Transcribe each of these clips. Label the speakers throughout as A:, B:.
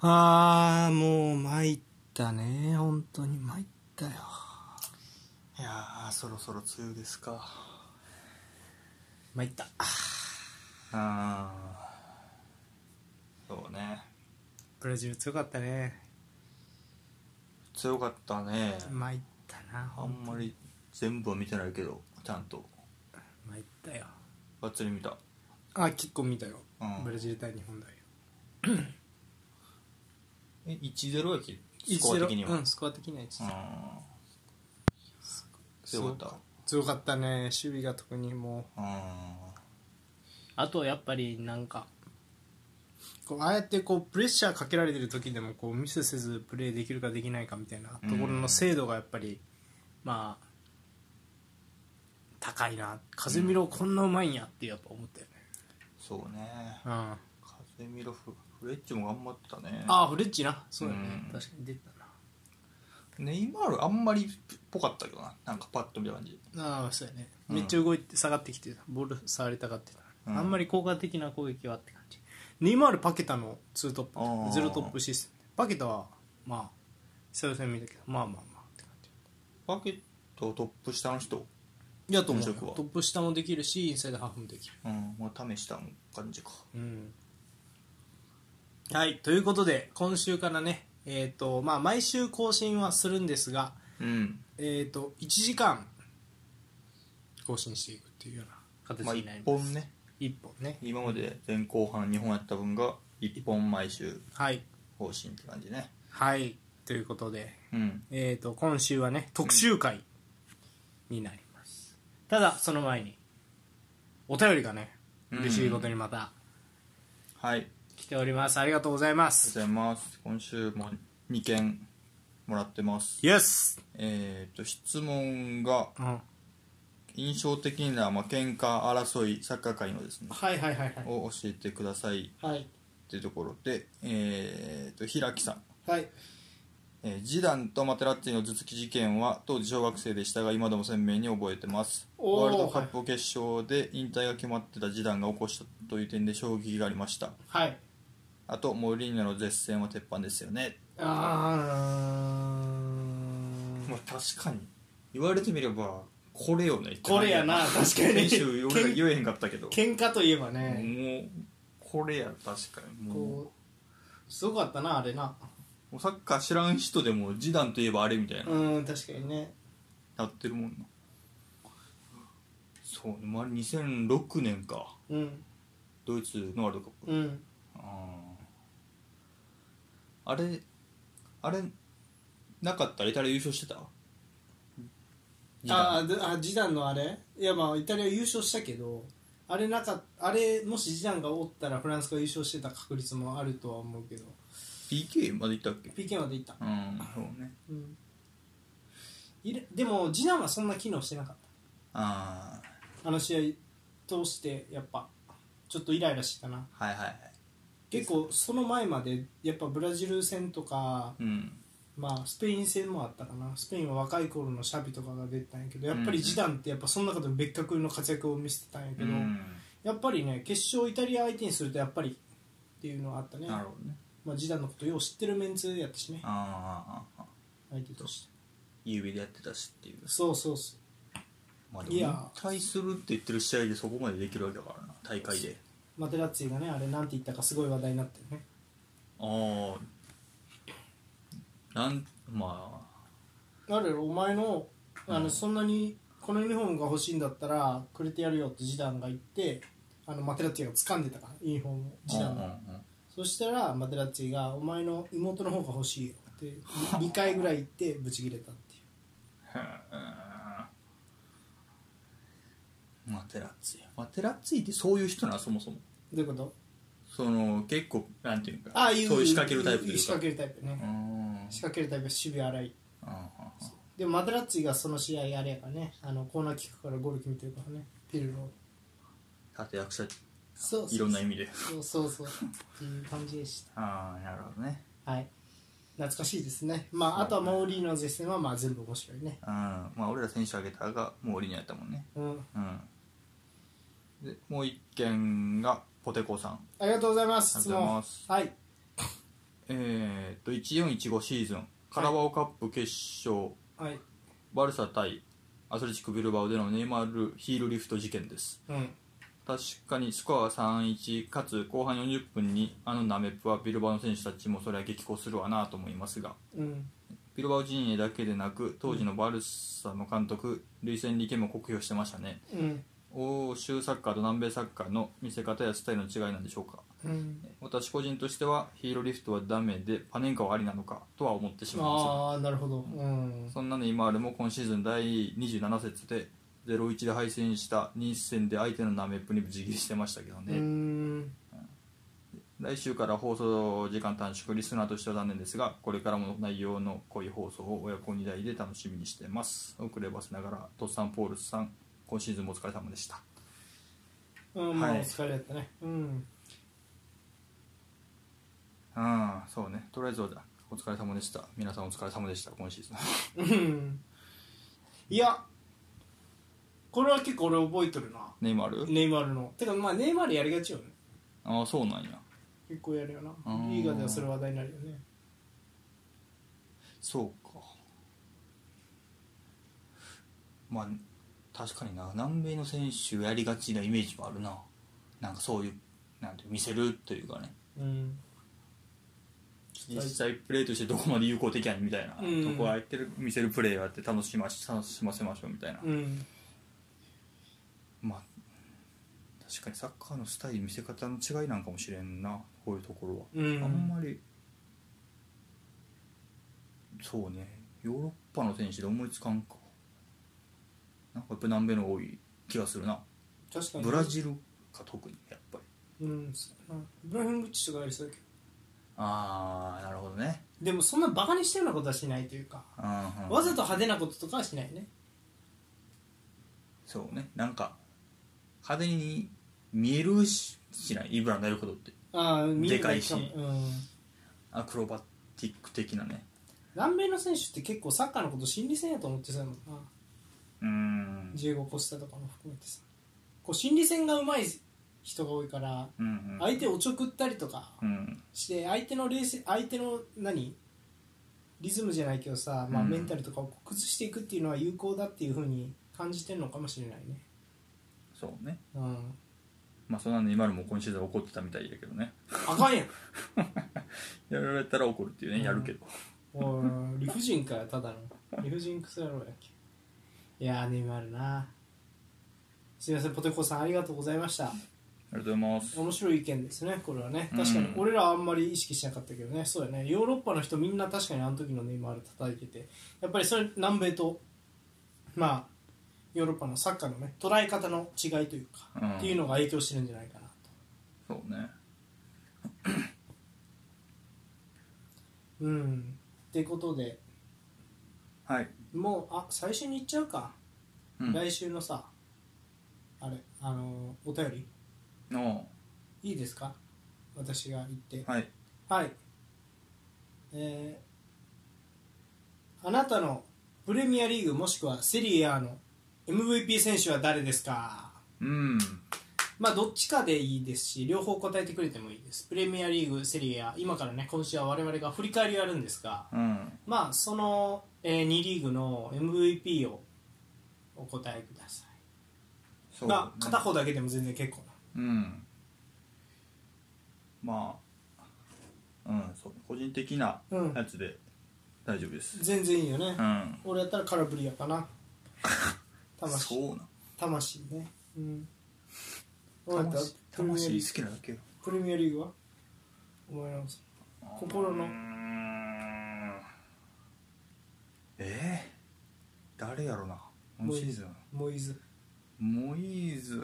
A: あー、もう参ったね。本当に参ったよ。
B: いやーそろそろ梅雨ですか
A: 参った。
B: あーそうね
A: ブラジル強かったね。
B: 強かったね
A: 参ったな。
B: あんまり全部は見てないけどちゃんと
A: 参ったよ。
B: がっつり見た
A: あ、結構見たよ。
B: うん
A: ブラジル対日本だよ。
B: え1-0やっけスコア的には
A: 1-0うん、スコア的には1-0
B: うん強かった
A: 強かったね。守備が特にもう。
B: う
A: あとやっぱりなんかこうああやってこうプレッシャーかけられてる時でもこうミスせずプレーできるかできないかみたいなところの精度がやっぱり、まあ高いな風見ろこんなうまいんやってやっぱ思ったよね、
B: んそうね
A: うん、あ
B: 風見ろフフレッチも頑張ったね
A: あフレッチなそうだね、
B: うん
A: 確かに出てたな
B: ネイマールあんまりっぽかったけどななんかパッと見た感じ
A: ああそうやね
B: うん
A: めっちゃ動いて下がってきてたボール触りたがってた、
B: うん
A: あんまり効果的な攻撃はって感じネイマールパケタの2トップ
B: あー
A: ゼロトップシステムパケタはまあ久々に見たけどまあまあまあって感じ
B: バケットトップ下の人
A: いやと思うよ
B: 本職は
A: トップ下もできるしインサイドハーフもできる
B: うんもう試した感じか
A: うんはいということで今週からねえっ、とまあ毎週更新はするんですが
B: うん
A: えっ、と1時間更新していくっていうような形
B: まあ
A: に
B: 一
A: なります、
B: 本ね
A: 一本ね
B: 今まで前後半2本やった分が1本毎週
A: はい
B: 更新って感じね
A: はいということで、
B: うん
A: えー、と今週はね特集会になります、ただその前にお便りがね
B: うん
A: 嬉しいことにまた
B: はいありがと
A: 来ておりますありがとうございま
B: うご
A: す
B: ざいます今週も2件もらってます
A: イエス、
B: えっ、と質問が
A: うん、はい
B: 印象的な、まあ喧嘩争いサッカー界のですね
A: はいはいはい
B: を教えてください
A: はい
B: っていうところでえっ、と平木さん
A: はい
B: えージダンとマテラッツィの頭突き事件は当時小学生でしたが今でも鮮明に覚えてます
A: おー
B: ワールドカップ決勝で引退が決まってたジダンが起こしたという点で衝撃がありました
A: はい
B: あとモーリーニョの絶戦は鉄板ですよね
A: あ
B: まあ確かに言われてみればこれよね
A: これ やな確かに
B: 先週俺ら言えへんかったけど
A: 喧嘩といえば
B: も
A: ね、
B: うこれや確かにもうも
A: こうすごかったなあれな
B: うサッカー知らん人でもジダンといえばあれみたいな
A: うん確かにね
B: なってるもんなそうね、まあ、2006年か
A: うん
B: ドイツのワールドカップ
A: うん
B: あーあれあれなかったらイタリア優勝してた
A: あ
B: あ
A: ーであジダンのあれいやまあイタリア優勝したけどあれなかっあれもしジダンがおったらフランスが優勝してた確率もあるとは思うけど
B: PK までいったっけ
A: PK までいった、
B: うんそうね
A: うん、いれでもジダンはそんな機能してなかっ
B: あ
A: たあの試合通してやっぱちょっとイライラしてたな
B: あはいはいはい
A: 結構その前までやっぱブラジル戦とか、
B: うん
A: まあ、スペイン戦もあったかなスペインは若い頃のシャビとかが出てたんやけどやっぱりジダンってやっぱその中でも別格の活躍を見せてたんやけど、
B: うん
A: やっぱりね決勝イタリア相手にするとやっぱりっていうのはあったね
B: なるほどね
A: まあ、ジダンのことよう知ってるメンツやったしね
B: あーあーあーあー
A: 相手として
B: 指でやってたしっていう、
A: そうそうそ
B: まあ、で
A: い
B: も引
A: や
B: 退するって言ってる試合でそこまでできるわけだからな大会で
A: うマテラッツィがねあれなんて言ったかすごい話題になってるね
B: ああなんま
A: あれお前のあの、
B: うん
A: そんなにこのユニフォームが欲しいんだったらくれてやるよってジダンが言ってあのマテラッツィが掴んでたからユニフォームを
B: あ
A: ジダン
B: うんう
A: が
B: んうん
A: そしたらマテラッツィが「お前の妹の方が欲しいよ」って2回ぐらい言ってブチ切れたっていう
B: マテラッツィマテラッツィってそういう人なそもそも
A: どういうこと
B: その結構なんていうか
A: ああいう
B: そういう仕掛けるタイプという
A: 仕
B: か
A: 掛けるタイプね、
B: うーん
A: 仕掛けるタイプは守備荒い
B: ああ
A: でもマテラッツィがその試合あれやからねあのコーナーキックからゴール決めてるからねピルロ
B: 立役者
A: そうそう
B: いろんな意味で
A: そうそうそうっていう感じでし
B: ああなるほどね
A: たはい懐かしいですねまああとはモーリーの絶戦はまあ全部面白いね
B: うんまあ俺ら選手挙げたがもう俺にやったもんね
A: うん
B: うんでもう一件がポテコさん
A: ありがとうございます
B: あり
A: 質
B: がとうござい
A: 問
B: ます
A: はい
B: えー、っと1415シーズンカラバオカップ決勝
A: はい
B: バルサ対アスレチックビルバオでのネイマールヒールリフト事件です
A: うん
B: 確かにスコアは3-1かつ後半40分にあのナメップはビルバオの選手たちもそれは激高するわなと思いますが
A: うん
B: ビルバオ陣営だけでなく当時のバルサの監督ルイス・エンリケも酷評してましたね
A: うん
B: 欧州サッカーと南米サッカーの見せ方やスタイルの違いなんでしょうか
A: うん
B: 私個人としてはヒーローリフトはダメでパネンカはありなのかとは思ってしまいました
A: ああなるほどうん
B: そんなネイマールも今シーズン第27節で0-1で敗戦した2戦で相手のナメップにぶち切りしてましたけど
A: う
B: ね、
A: ーん
B: 来週から放送時間短縮リスナーとしては残念ですがこれからも内容の濃い放送を親子2代で楽しみにしてます遅ればせながらトッサンポールスさん今シーズンもお疲れ様でした
A: うんまあ
B: はい
A: お疲れだったねうん
B: うんそうねとりあえずはお疲れ様でした皆さんお疲れ様でした今シーズ
A: う
B: ン
A: んいやこれは結構俺覚えとるな
B: ネイマール、
A: ネイマールのてかまあネイマールやりがちよね
B: ああそうなんや
A: 結構やるよな
B: あー
A: リーガではそれ話題になるよね
B: そうかまあ確かにな南米の選手やりがちなイメージもあるななんかそういうなんていう見せるというかね
A: うん
B: 実際プレーとしてどこまで有効的やねんみたいな、
A: うん
B: とこは相手見せるプレーやって楽しまし楽しませましょうみたいな、
A: うん
B: まあ確かにサッカーのスタイル見せ方の違いなんかもしれんなこういうところは、
A: うん
B: あんまりそうねヨーロッパの選手で思いつかんかなんかやっぱ南米の多い気がするな
A: 確かに
B: ブラジルか特にやっぱり
A: うんそうやなイブラヒム・ブッチとかやりそうだけど
B: ああなるほどね、
A: でもそんなバカにしたようなことはしないというか
B: うんうん
A: わざと派手なこととかはしないね
B: そうねなんか派手に見えるししないイブラのやることって
A: ああ見ればかも
B: でかいし
A: うん
B: アクロバティック的なね
A: 南米の選手って結構サッカーのこと心理戦やと思ってたもんな
B: うーん
A: 15コスタとかも含めてさこう心理戦がうまい人が多いから
B: うんうん
A: 相手をおちょくったりとか
B: うん
A: して相手の冷静相手の何リズムじゃないけどさ、まあ、
B: うん
A: メンタルとかを崩していくっていうのは有効だっていうふうに感じてるのかもしれないね
B: そうね
A: うん
B: まあそんなの今のも今シーズン怒ってたみたいだけどね
A: あかんやん
B: やられたら怒るっていうね、
A: うん
B: やるけど
A: おい理不尽かよただの理不尽くそやろうやっけいやーネイマールなすいませんポテコさんありがとうございました
B: ありがとうございます
A: 面白い意見ですねこれはね
B: うん
A: 確かに俺らはあんまり意識しなかったけどねそうだねヨーロッパの人みんな確かにあの時のネイマール叩いててやっぱりそれ南米とまあヨーロッパのサッカーのね捉え方の違いというか、
B: うん
A: っていうのが影響してるんじゃないかなと
B: そうね
A: うんってことで
B: はい
A: もうあ最初に言っちゃうか、
B: うん
A: 来週のさあれあのーお便り
B: の
A: いいですか私が言って
B: はい
A: はい。えーあなたのプレミアリーグもしくはセリエ A の MVP 選手は誰ですか
B: うん
A: まあどっちかでいいですし両方答えてくれてもいいですプレミアリーグセリエ A 今からね今週は我々が振り返りをやるんですが
B: うん
A: まあその、え2リーグの MVP をお答えくださ
B: そ
A: い、
B: う、ね
A: まあ片方だけでも全然結構な
B: うんまあうんそう個人的な
A: うん
B: やつで大丈夫です
A: 全然いいよね、
B: うん
A: 俺やったらカラブリアか な魂
B: そうな
A: 魂ねうん俺だったら
B: 魂
A: プレミアリー
B: 魂
A: グ
B: 好きなだけよ
A: プレミアリーグはお前の心の
B: うーんえー、誰やろな今シーズン
A: モイズ
B: モイーズ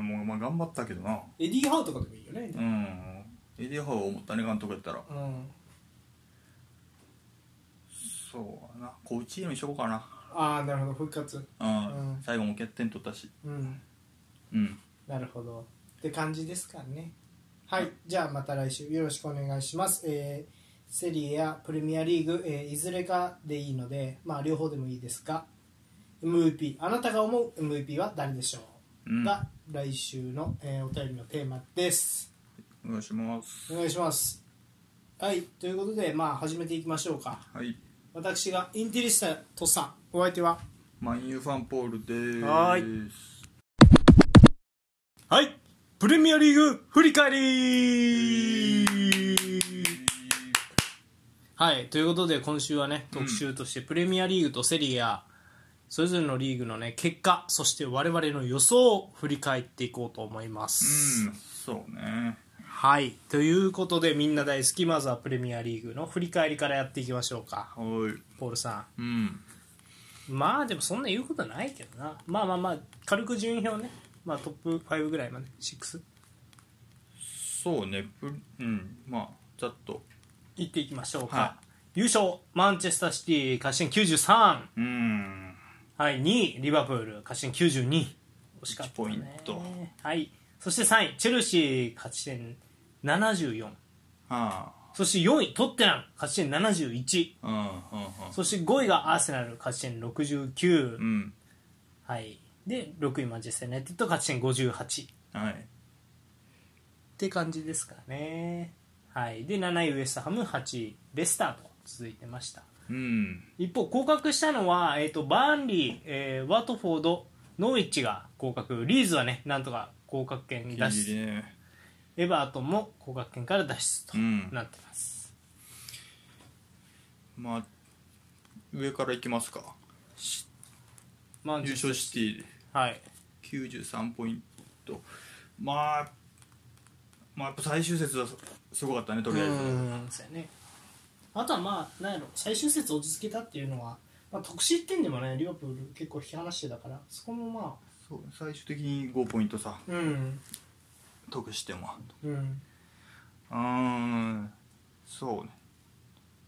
B: もまあ頑張ったけどな
A: エディー・ハウとかでもいいよね
B: うんエディハウ思ったね監督やったら
A: うん
B: そうやなコーチにしとこうか
A: ああなるほど復活
B: なう
A: うん
B: ん最後も欠点取ったし
A: うん
B: うん
A: なるほどって感じですかねはいじゃあまた来週よろしくお願いしますえーセリエやプレミアリーグ、えーいずれかでいいのでまあ両方でもいいですが MVP あなたが思う MVP は誰でしょ
B: う
A: うんが来週の、えーお便りのテーマです
B: お願いします
A: お願いしますはいということでまあ始めていきましょうか
B: はい
A: 私がインテリスタとさんお相手は
B: マンユーファンポールです
A: はーはいプレミアリーグ振り返りはいということで今週はね特集としてプレミアリーグとセリアそれぞれのリーグのね結果そして我々の予想を振り返っていこうと思います、
B: うんそうね
A: はいということでみんな大好きまずはプレミアリーグの振り返りからやっていきましょうか
B: はい
A: ポールさ
B: うん
A: んまあでもそんな言うことないけどなまあまあまあ軽く順位表ねまあトップ5ぐらいまで6
B: そうねプうんまあざっと
A: いっていきましょうか、
B: は
A: 優勝マンチェスターシティ勝ち点93
B: うん
A: はい、2位、リバプール、勝ち点92。惜しかった、ね。
B: 1ポイント
A: はい。そして3位、チェルシー、勝ち点74。
B: は
A: そして4位、トッテナム、勝ち点71。
B: あうんうん
A: そして5位がアーセナル、勝ち点69。
B: うんうん
A: はい。で、6位、マンチェスター・ユナイテッド、勝ち点58。っ
B: はい
A: て感じですかね。はい。で、7位、ウエストハム、8位、レスターと続いてました。
B: うん
A: 一方、降格したのは、えー、とバーンリー、えーワトフォード、ノーウィッチが降格、リーズはね、なんとか降格圏に
B: ギリ
A: 脱
B: ギ
A: 出、
B: リね
A: エバートンも降格圏から脱出と
B: うん
A: なってます。
B: まあ上からいきますか
A: まあ、
B: 優勝シティ
A: はい、
B: 93ポイントまあまあやっぱ最終節はすごかったねと
A: う
B: りあえず
A: んそうやね。あとはまあ、なんやろ、最終節落ち着けたっていうのは、まあ、得失点でもね、リバプール結構引き離してたから、そこもまあ、
B: そう最終的に5ポイント差
A: うん、
B: 得しても
A: うん、
B: うーんそうね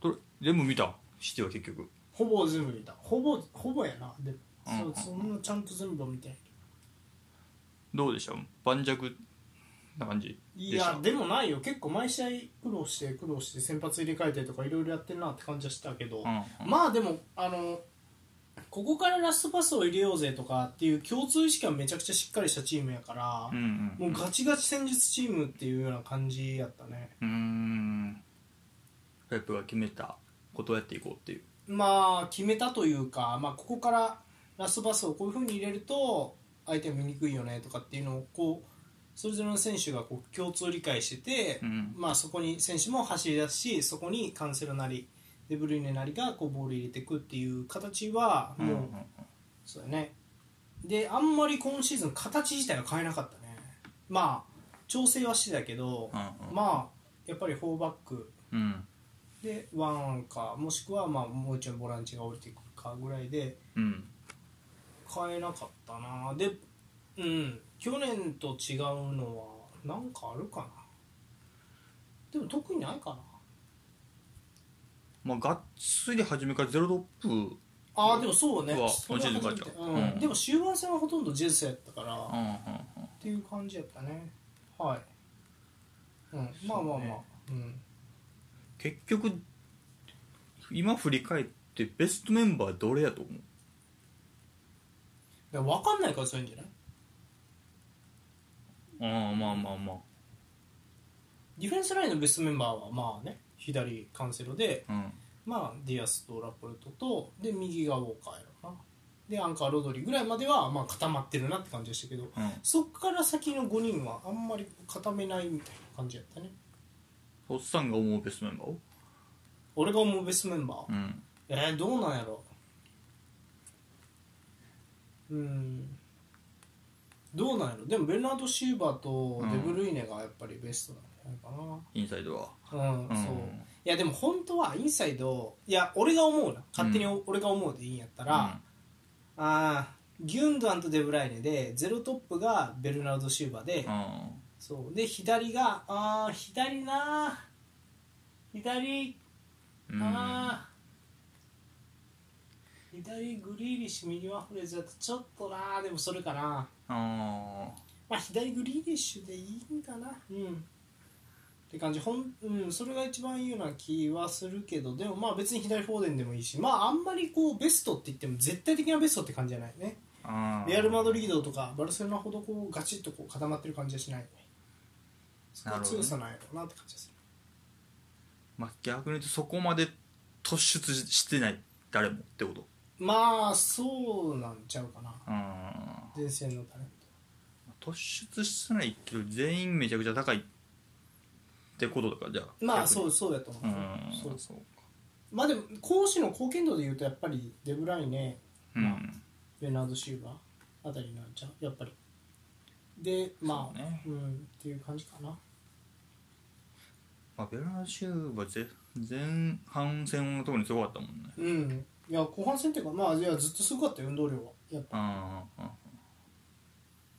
B: どれ全部見たシティは結局
A: ほぼ全部見た。ほぼ、ほぼやな、でも、
B: うん
A: そうそんなちゃんと全部は見てないけど。
B: どうでした盤石な感じ
A: い
B: でし
A: や
B: ょ
A: でもないよ結構毎試合苦労して苦労して先発入れ替えてとかいろいろやってるなって感じはしたけど、
B: うんうん
A: まあでもあのここからラストパスを入れようぜとかっていう共通意識はめちゃくちゃしっかりしたチームやから
B: う、んう
A: も
B: ん
A: うガチガチ戦術チームっていうような感じやったね
B: うーんペップが決めたことをやっていこうっていう
A: まあ決めたというか、まあ、ここからラストパスをこういうふうに入れると相手は見にくいよねとかっていうのをこうそれぞれの選手がこう共通理解してて、
B: うん
A: まあ、そこに選手も走り出すしそこにカンセロなりデブルイネなりがこうボール入れていくっていう形はもう、
B: うんうんうん
A: そうだねであんまり今シーズン形自体は変えなかったねまあ調整はしてたけど、
B: うんうん
A: まあやっぱりフォーバック
B: うん
A: でワンアンかもしくはまあもう一度ボランチが降りてくるかぐらいで
B: うん
A: 変えなかったなでうん去年と違うのはなんかあるかなでも特にないかな
B: まあがっつり初めからゼロドップ
A: ああでもそうね
B: うわ
A: それは初めて
B: 落ち着いて帰っちゃ
A: う
B: うんうん
A: でも終盤戦はほとんどジェズやったから、
B: うん
A: っ
B: うんうん
A: ていう感じやったねはい、うん、まあまあまあ
B: そう
A: う,、
B: ね
A: ん
B: 結局今振り返ってベストメンバーどれやと思う
A: だから分かんないからそういうんじゃない
B: ああまあまあまあ
A: ディフェンスラインのベストメンバーはまあね左カンセロで
B: うん
A: まあ、ディアスとラポルトとで右がウォーカーやろなでアンカーロドリぐらいまではまあ固まってるなって感じでしたけど
B: うん
A: そっから先の5人はあんまり固めないみたいな感じやったね
B: おっさんが思うベストメンバーを
A: 俺が思うベストメンバー、
B: うん
A: えー、どうなんやろうんどうなんやろでもベルナード・シューバーとデブルイネがやっぱりベストなんじゃないかな、
B: インサイドは
A: うん、
B: うん
A: そういやでも本当はインサイドいや俺が思うな勝手に俺が思うでいいんやったら、あーギュンドアンとデブライネでゼロトップがベルナルド・シューバーで、
B: うんあ
A: そうで左があー左なー左
B: ーうん
A: あー、左グリーリッシュ右はフレーズだとちょっとなーでもそれかな
B: あ
A: まあ左グリーリッシュでいいんだなうんって感じほん、うん、それが一番いいような気はするけどでもまあ別に左フォーデンでもいいしまああんまりこうベストって言っても絶対的なベストって感じじゃないね
B: ーあー
A: レアル・マドリードとかバルセロナほどこうガチッとこう固まってる感じはしないそこは強さないのかなって感じでする
B: まあ、逆に言うとそこまで突出してない誰もってこと
A: まあそうなんちゃうかな
B: うん
A: 前線のタレン
B: 突出してないけど全員めちゃくちゃ高いってことだからじゃあ
A: トまあ
B: 逆
A: そ
B: に
A: うそうやと思う,、
B: うん
A: そう
B: そうか
A: まあでも攻守の貢献度でいうとやっぱりデブライネ
B: うん、
A: まあベナード・シューバーあたりなんちゃうやっぱりでまあ
B: そうね
A: うんっていう感じかな
B: まあ、ベルナードシューバーぜ前半戦のところにすごかったもんね
A: うんいや後半戦っていうかまあいやずっとすごかったよ運動量はやっぱ
B: ああ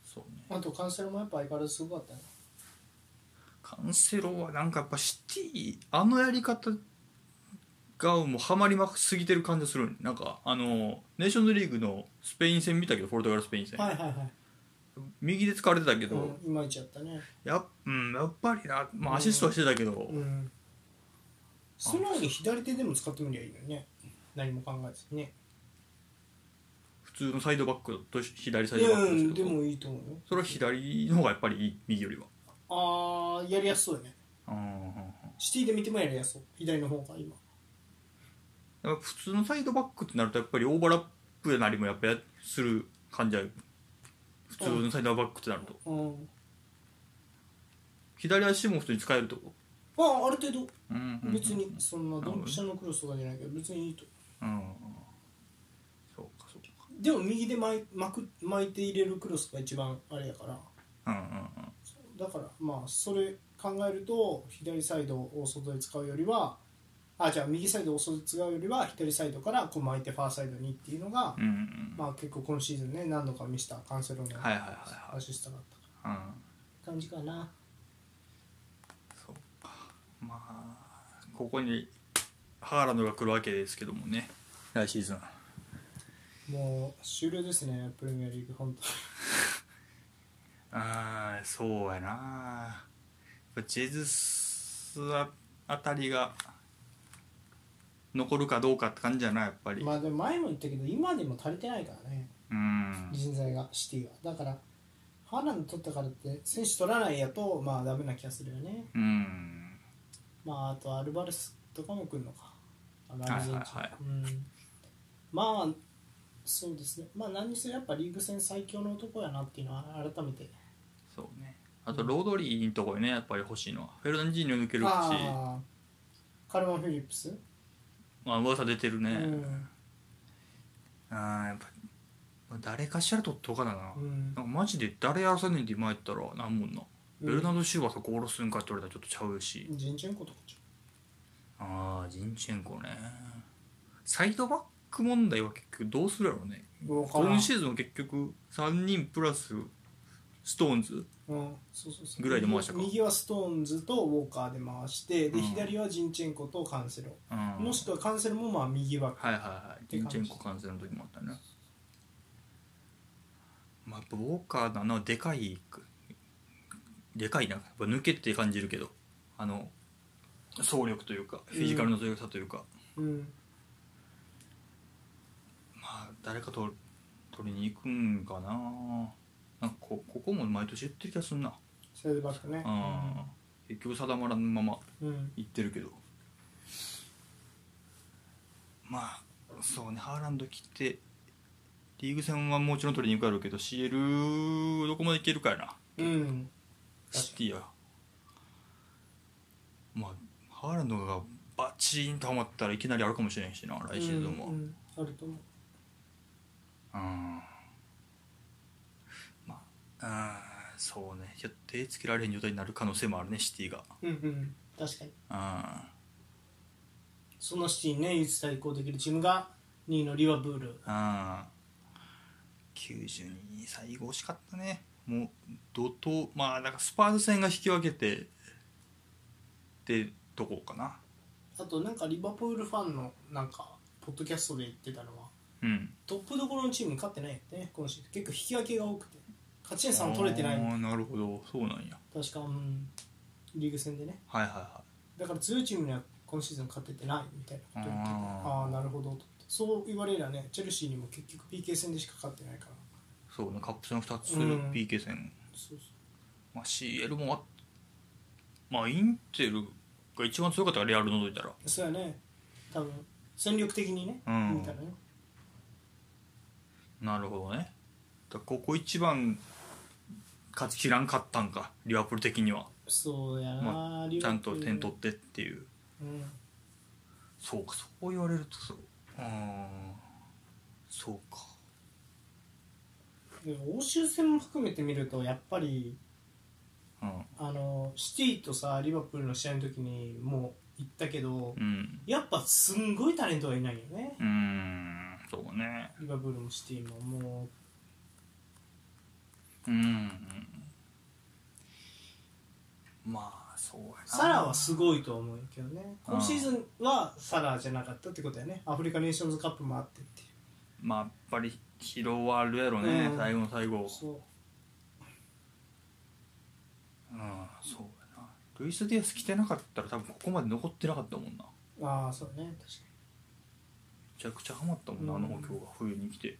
B: そうね
A: あとカンセルもやっぱ相変わらずすごかったよ
B: カンセロはなんかやっぱシティあのやり方がもうハマりまくすぎてる感じするなんかあのネーションズリーグのスペイン戦見たけどポルトガルスペイン戦、
A: はいはいはい
B: 右で使われてたけど、
A: うんいまいちやったね
B: やっうん、やっぱりな、まあ、アシストはしてたけど、
A: うん素直に左手でも使ってみりゃいいのにね何も考えずにね
B: 普通のサイドバックと左サイ
A: い
B: ド
A: や
B: バックです
A: で
B: けど
A: もいいと思うよ
B: それは左の方がやっぱりいい右よりは
A: ああやりやすそうよね
B: あ
A: シティで見てもやりやすそう左の方が今
B: あ普通のサイドバックってなるとやっぱりオーバーラップなりもやっぱやする感じある普通のサイドバックってなると、
A: うん
B: 左足も普通に使えるってこと
A: まあある程度
B: うんうんうん
A: 別にそんなドンピシャのクロスとかじゃないけど別にいいと
B: うんうんそうかそうか
A: でも右で巻い巻く巻いて入れるクロスが一番あれやから
B: うんうん
A: だからまあそれ考えると左サイドを外で使うよりはあじゃあ右サイドを外で使うよりは左サイドからこう巻いてファーサイドにっていうのが、
B: うんうんうん
A: まあ結構今シーズンね何度か見せたカンセロの
B: はいはいはいは
A: アシストがあったか
B: いうん
A: ら感じかな
B: そうかまあここにハーランドが来るわけですけどもね来シーズン
A: もう終了ですねプレミアリーグ本当
B: あーそうやなやっぱジェズスああたりが残るかどうかって感じやなやっぱり、
A: まあでも前も言ったけど今でも足りてないからね
B: うん
A: 人材がシティはだからハーランド取ったからって選手取らないやとまあダメな気がするよね
B: うん
A: まああとアルバレスとかも来るのかあのアルゼンチン、
B: はいはいはい
A: うん、まあそうですねまあ何にせよやっぱリーグ戦最強の男やなっていうのは改めて
B: そうねあとロードリーのところねやっぱり欲しいのはフェルナンジーニョ抜けるし
A: あーカルマン・フィリップス、
B: まあ噂出てるね、
A: うん
B: あーやっぱまあ誰かしら取っとかだな,、
A: うん
B: なんかマジで誰やらさねんって今やったらなんもんな、
A: うん
B: ベルナード・シューバーさゴールするんかって言われたらちょっとちゃうし、
A: ジンチェンコとかち
B: ああジンチェンコねサイドバック問題は結局どうするやろうね
A: わからん
B: 今シーズンは結局3人プラスストーンズ
A: ゃう、うん、そうそうそう
B: ぐらいで回したか
A: 右右はストーンズとウォーカーで回してで、
B: うん
A: 左はジンチェンコとカンセロ、
B: うん
A: もしくはカンセロもまあ右は
B: はいはいはいジンチェンコ完成の時もあったねまあやっぱウォーカーのあのでかいでかいなやっぱ抜けって感じるけどあの総力というかフィジカルの強さというか、
A: うん
B: まあ誰かと取りに行くんかななんかこここも毎年言ってる気がするな
A: サイドバックね
B: あー結局定まらぬまま
A: うん
B: 行ってるけどまあそうねハーランド来てリーグ戦はもちろん取りに行くやろうけど CL どこまでいけるかやな
A: うん
B: シティはまあハーランドがバチーンとハマったらいきなりあるかもしれんしな来シーズンも、
A: うんうんあると思う
B: うんまあうんそうねちょっと手つけられへん状態になる可能性もあるねシティが
A: うんうん確かに
B: うん
A: そのシティにね唯一対抗できるチームが2位のリバブール
B: うん92最後惜しかったねもう怒涛まあなんかスパーズ戦が引き分けてってとこかな
A: あとなんかリバプールファンのなんかポッドキャストで言ってたのは
B: うん
A: トップどころのチーム勝ってないよね今シーズン結構引き分けが多くて勝ち点3も取れてな
B: あ
A: い
B: ーなるほどそうなんや
A: 確かうんリーグ戦でね
B: はいはいは
A: だから強いチームには今シーズン勝ててないみたいなこと言ってて
B: あー
A: ああーなるほどと思ってそう言われりゃねチェルシーにも結局 PK 戦でしか勝ってないから
B: いそうねカップ戦2つ
A: うん
B: PK 戦、
A: そうそう
B: まあ、CL もあまあインテルが一番強かったからレアル除いたら
A: そうやね多分戦力的にね、
B: うん
A: 見たらね
B: なるほどねだからここ一番勝ちきらんかったんかリバプール的には
A: そうやな、
B: ま
A: リ
B: ちゃ
A: バ
B: ん
A: プー
B: と
A: ル
B: 点取ってっていう
A: うん
B: そうかそう言われるとそううんそうか
A: でも欧州戦も含めて見るとやっぱり
B: うん
A: あのシティとさリバプールの試合の時にもう行ったけど、
B: うん
A: やっぱすんごいタレントはいないよね
B: うーんそうね
A: リバプールもシティもも
B: うんまあそうやな
A: うサラはすごいと思うけどね今シーズンはサラじゃなかったってことやねアフリカネーションズカップもあってってい
B: まあやっぱり疲労はあるやろね、
A: うん
B: 最後の最後うん
A: うそ
B: そうやなルイス・ディアス来てなかったら多分ここまで残ってなかったもんなめ
A: うああそうね確かに
B: ちゃくちゃハマったもんな、
A: うん
B: あの補強が冬に来て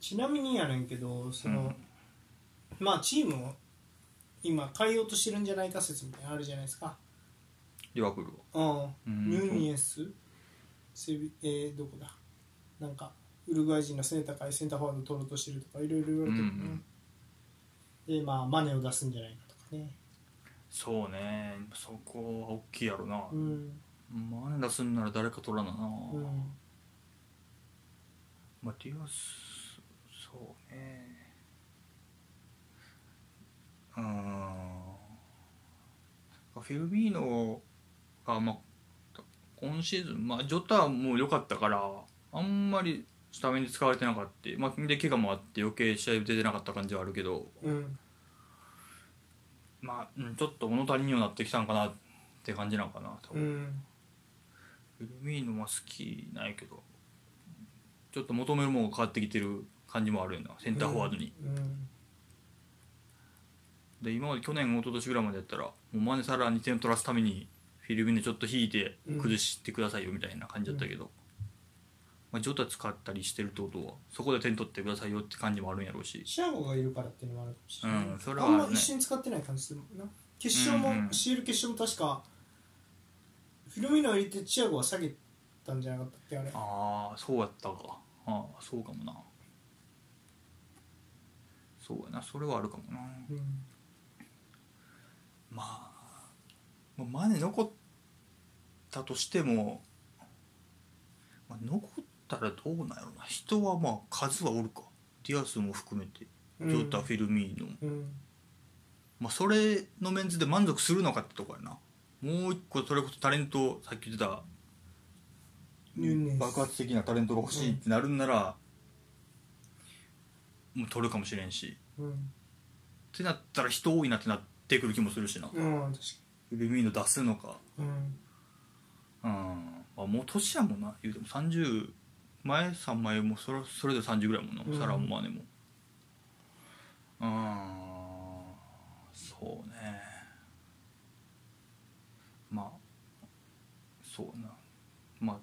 A: ちなみにやねんけどその、
B: うん
A: まあチームを今変えようとしてるんじゃないか説みたいなのあるじゃないですか
B: リバプールは
A: うん、
B: ん
A: ヌニエスセビ、えー、どこだなんかウルグアイ人の背の高いセンターフォワードを取ろうとしてるとかいろいろ言われてるよね、でまあマネを出すんじゃないかとかね
B: そうねそこは大きいやろな、
A: うん
B: マネ出すんなら誰か取らなな、
A: うん
B: まあディアスそうねうーんフィルビーノが、まあ、今シーズン、まあ、ジョタも良かったからあんまりスタメンで使われてなかった、まあ、で怪我もあって余計試合出てなかった感じはあるけど、
A: うん
B: まあうん、ちょっと物足りんようになってきたんかなって感じなんかな多
A: う
B: 分
A: ん
B: フィルミーノは好きなんやけどちょっと求めるものが変わってきてる感じもあるよなセンターフォワードに、
A: うん
B: で今まで去年一昨年ぐらいまでやったらもうマネサラに点取らすためにフィルミーノちょっと引いて崩してくださいよみたいな感じだったけど、まあ、ジョタ使ったりしてるってことはそこで点取ってくださいよって感じもあるんやろうし
A: シアゴがいるからっていうのもあるかもしれない、
B: うんそれは
A: あ
B: ある
A: ん
B: ね
A: ま一緒に使ってない感じするもんな決勝も、
B: うんうん
A: CL 決勝も確かフィルミーノを入れてチアゴは下げたんじゃなかったっけあれ
B: ああそうやったかああそうかもなそうやなそれはあるかもな
A: うん
B: まあ、まあ、マネ残ったとしても、まあ、残ったらどうなんやろな人はまあ数はおるかディアスも含めてジョタ、フィルミーノも、
A: うん
B: まあ、それのメンズで満足するのかってとこやなもう一個それこそタレントさっき言ってた
A: ニューネス
B: 爆発的なタレントが欲しいってなるんなら、もう取るかもしれんし
A: うん、
B: ってなったら人多いなってなってくる気もするしな、
A: うん、確か
B: フィルミーノ出すのか
A: にうん
B: うんまあ、もう年やもんな言うても30前3枚もそれそれで30ぐらいやもんな、
A: うん
B: サラもマネもうんそうねまあそうなまあ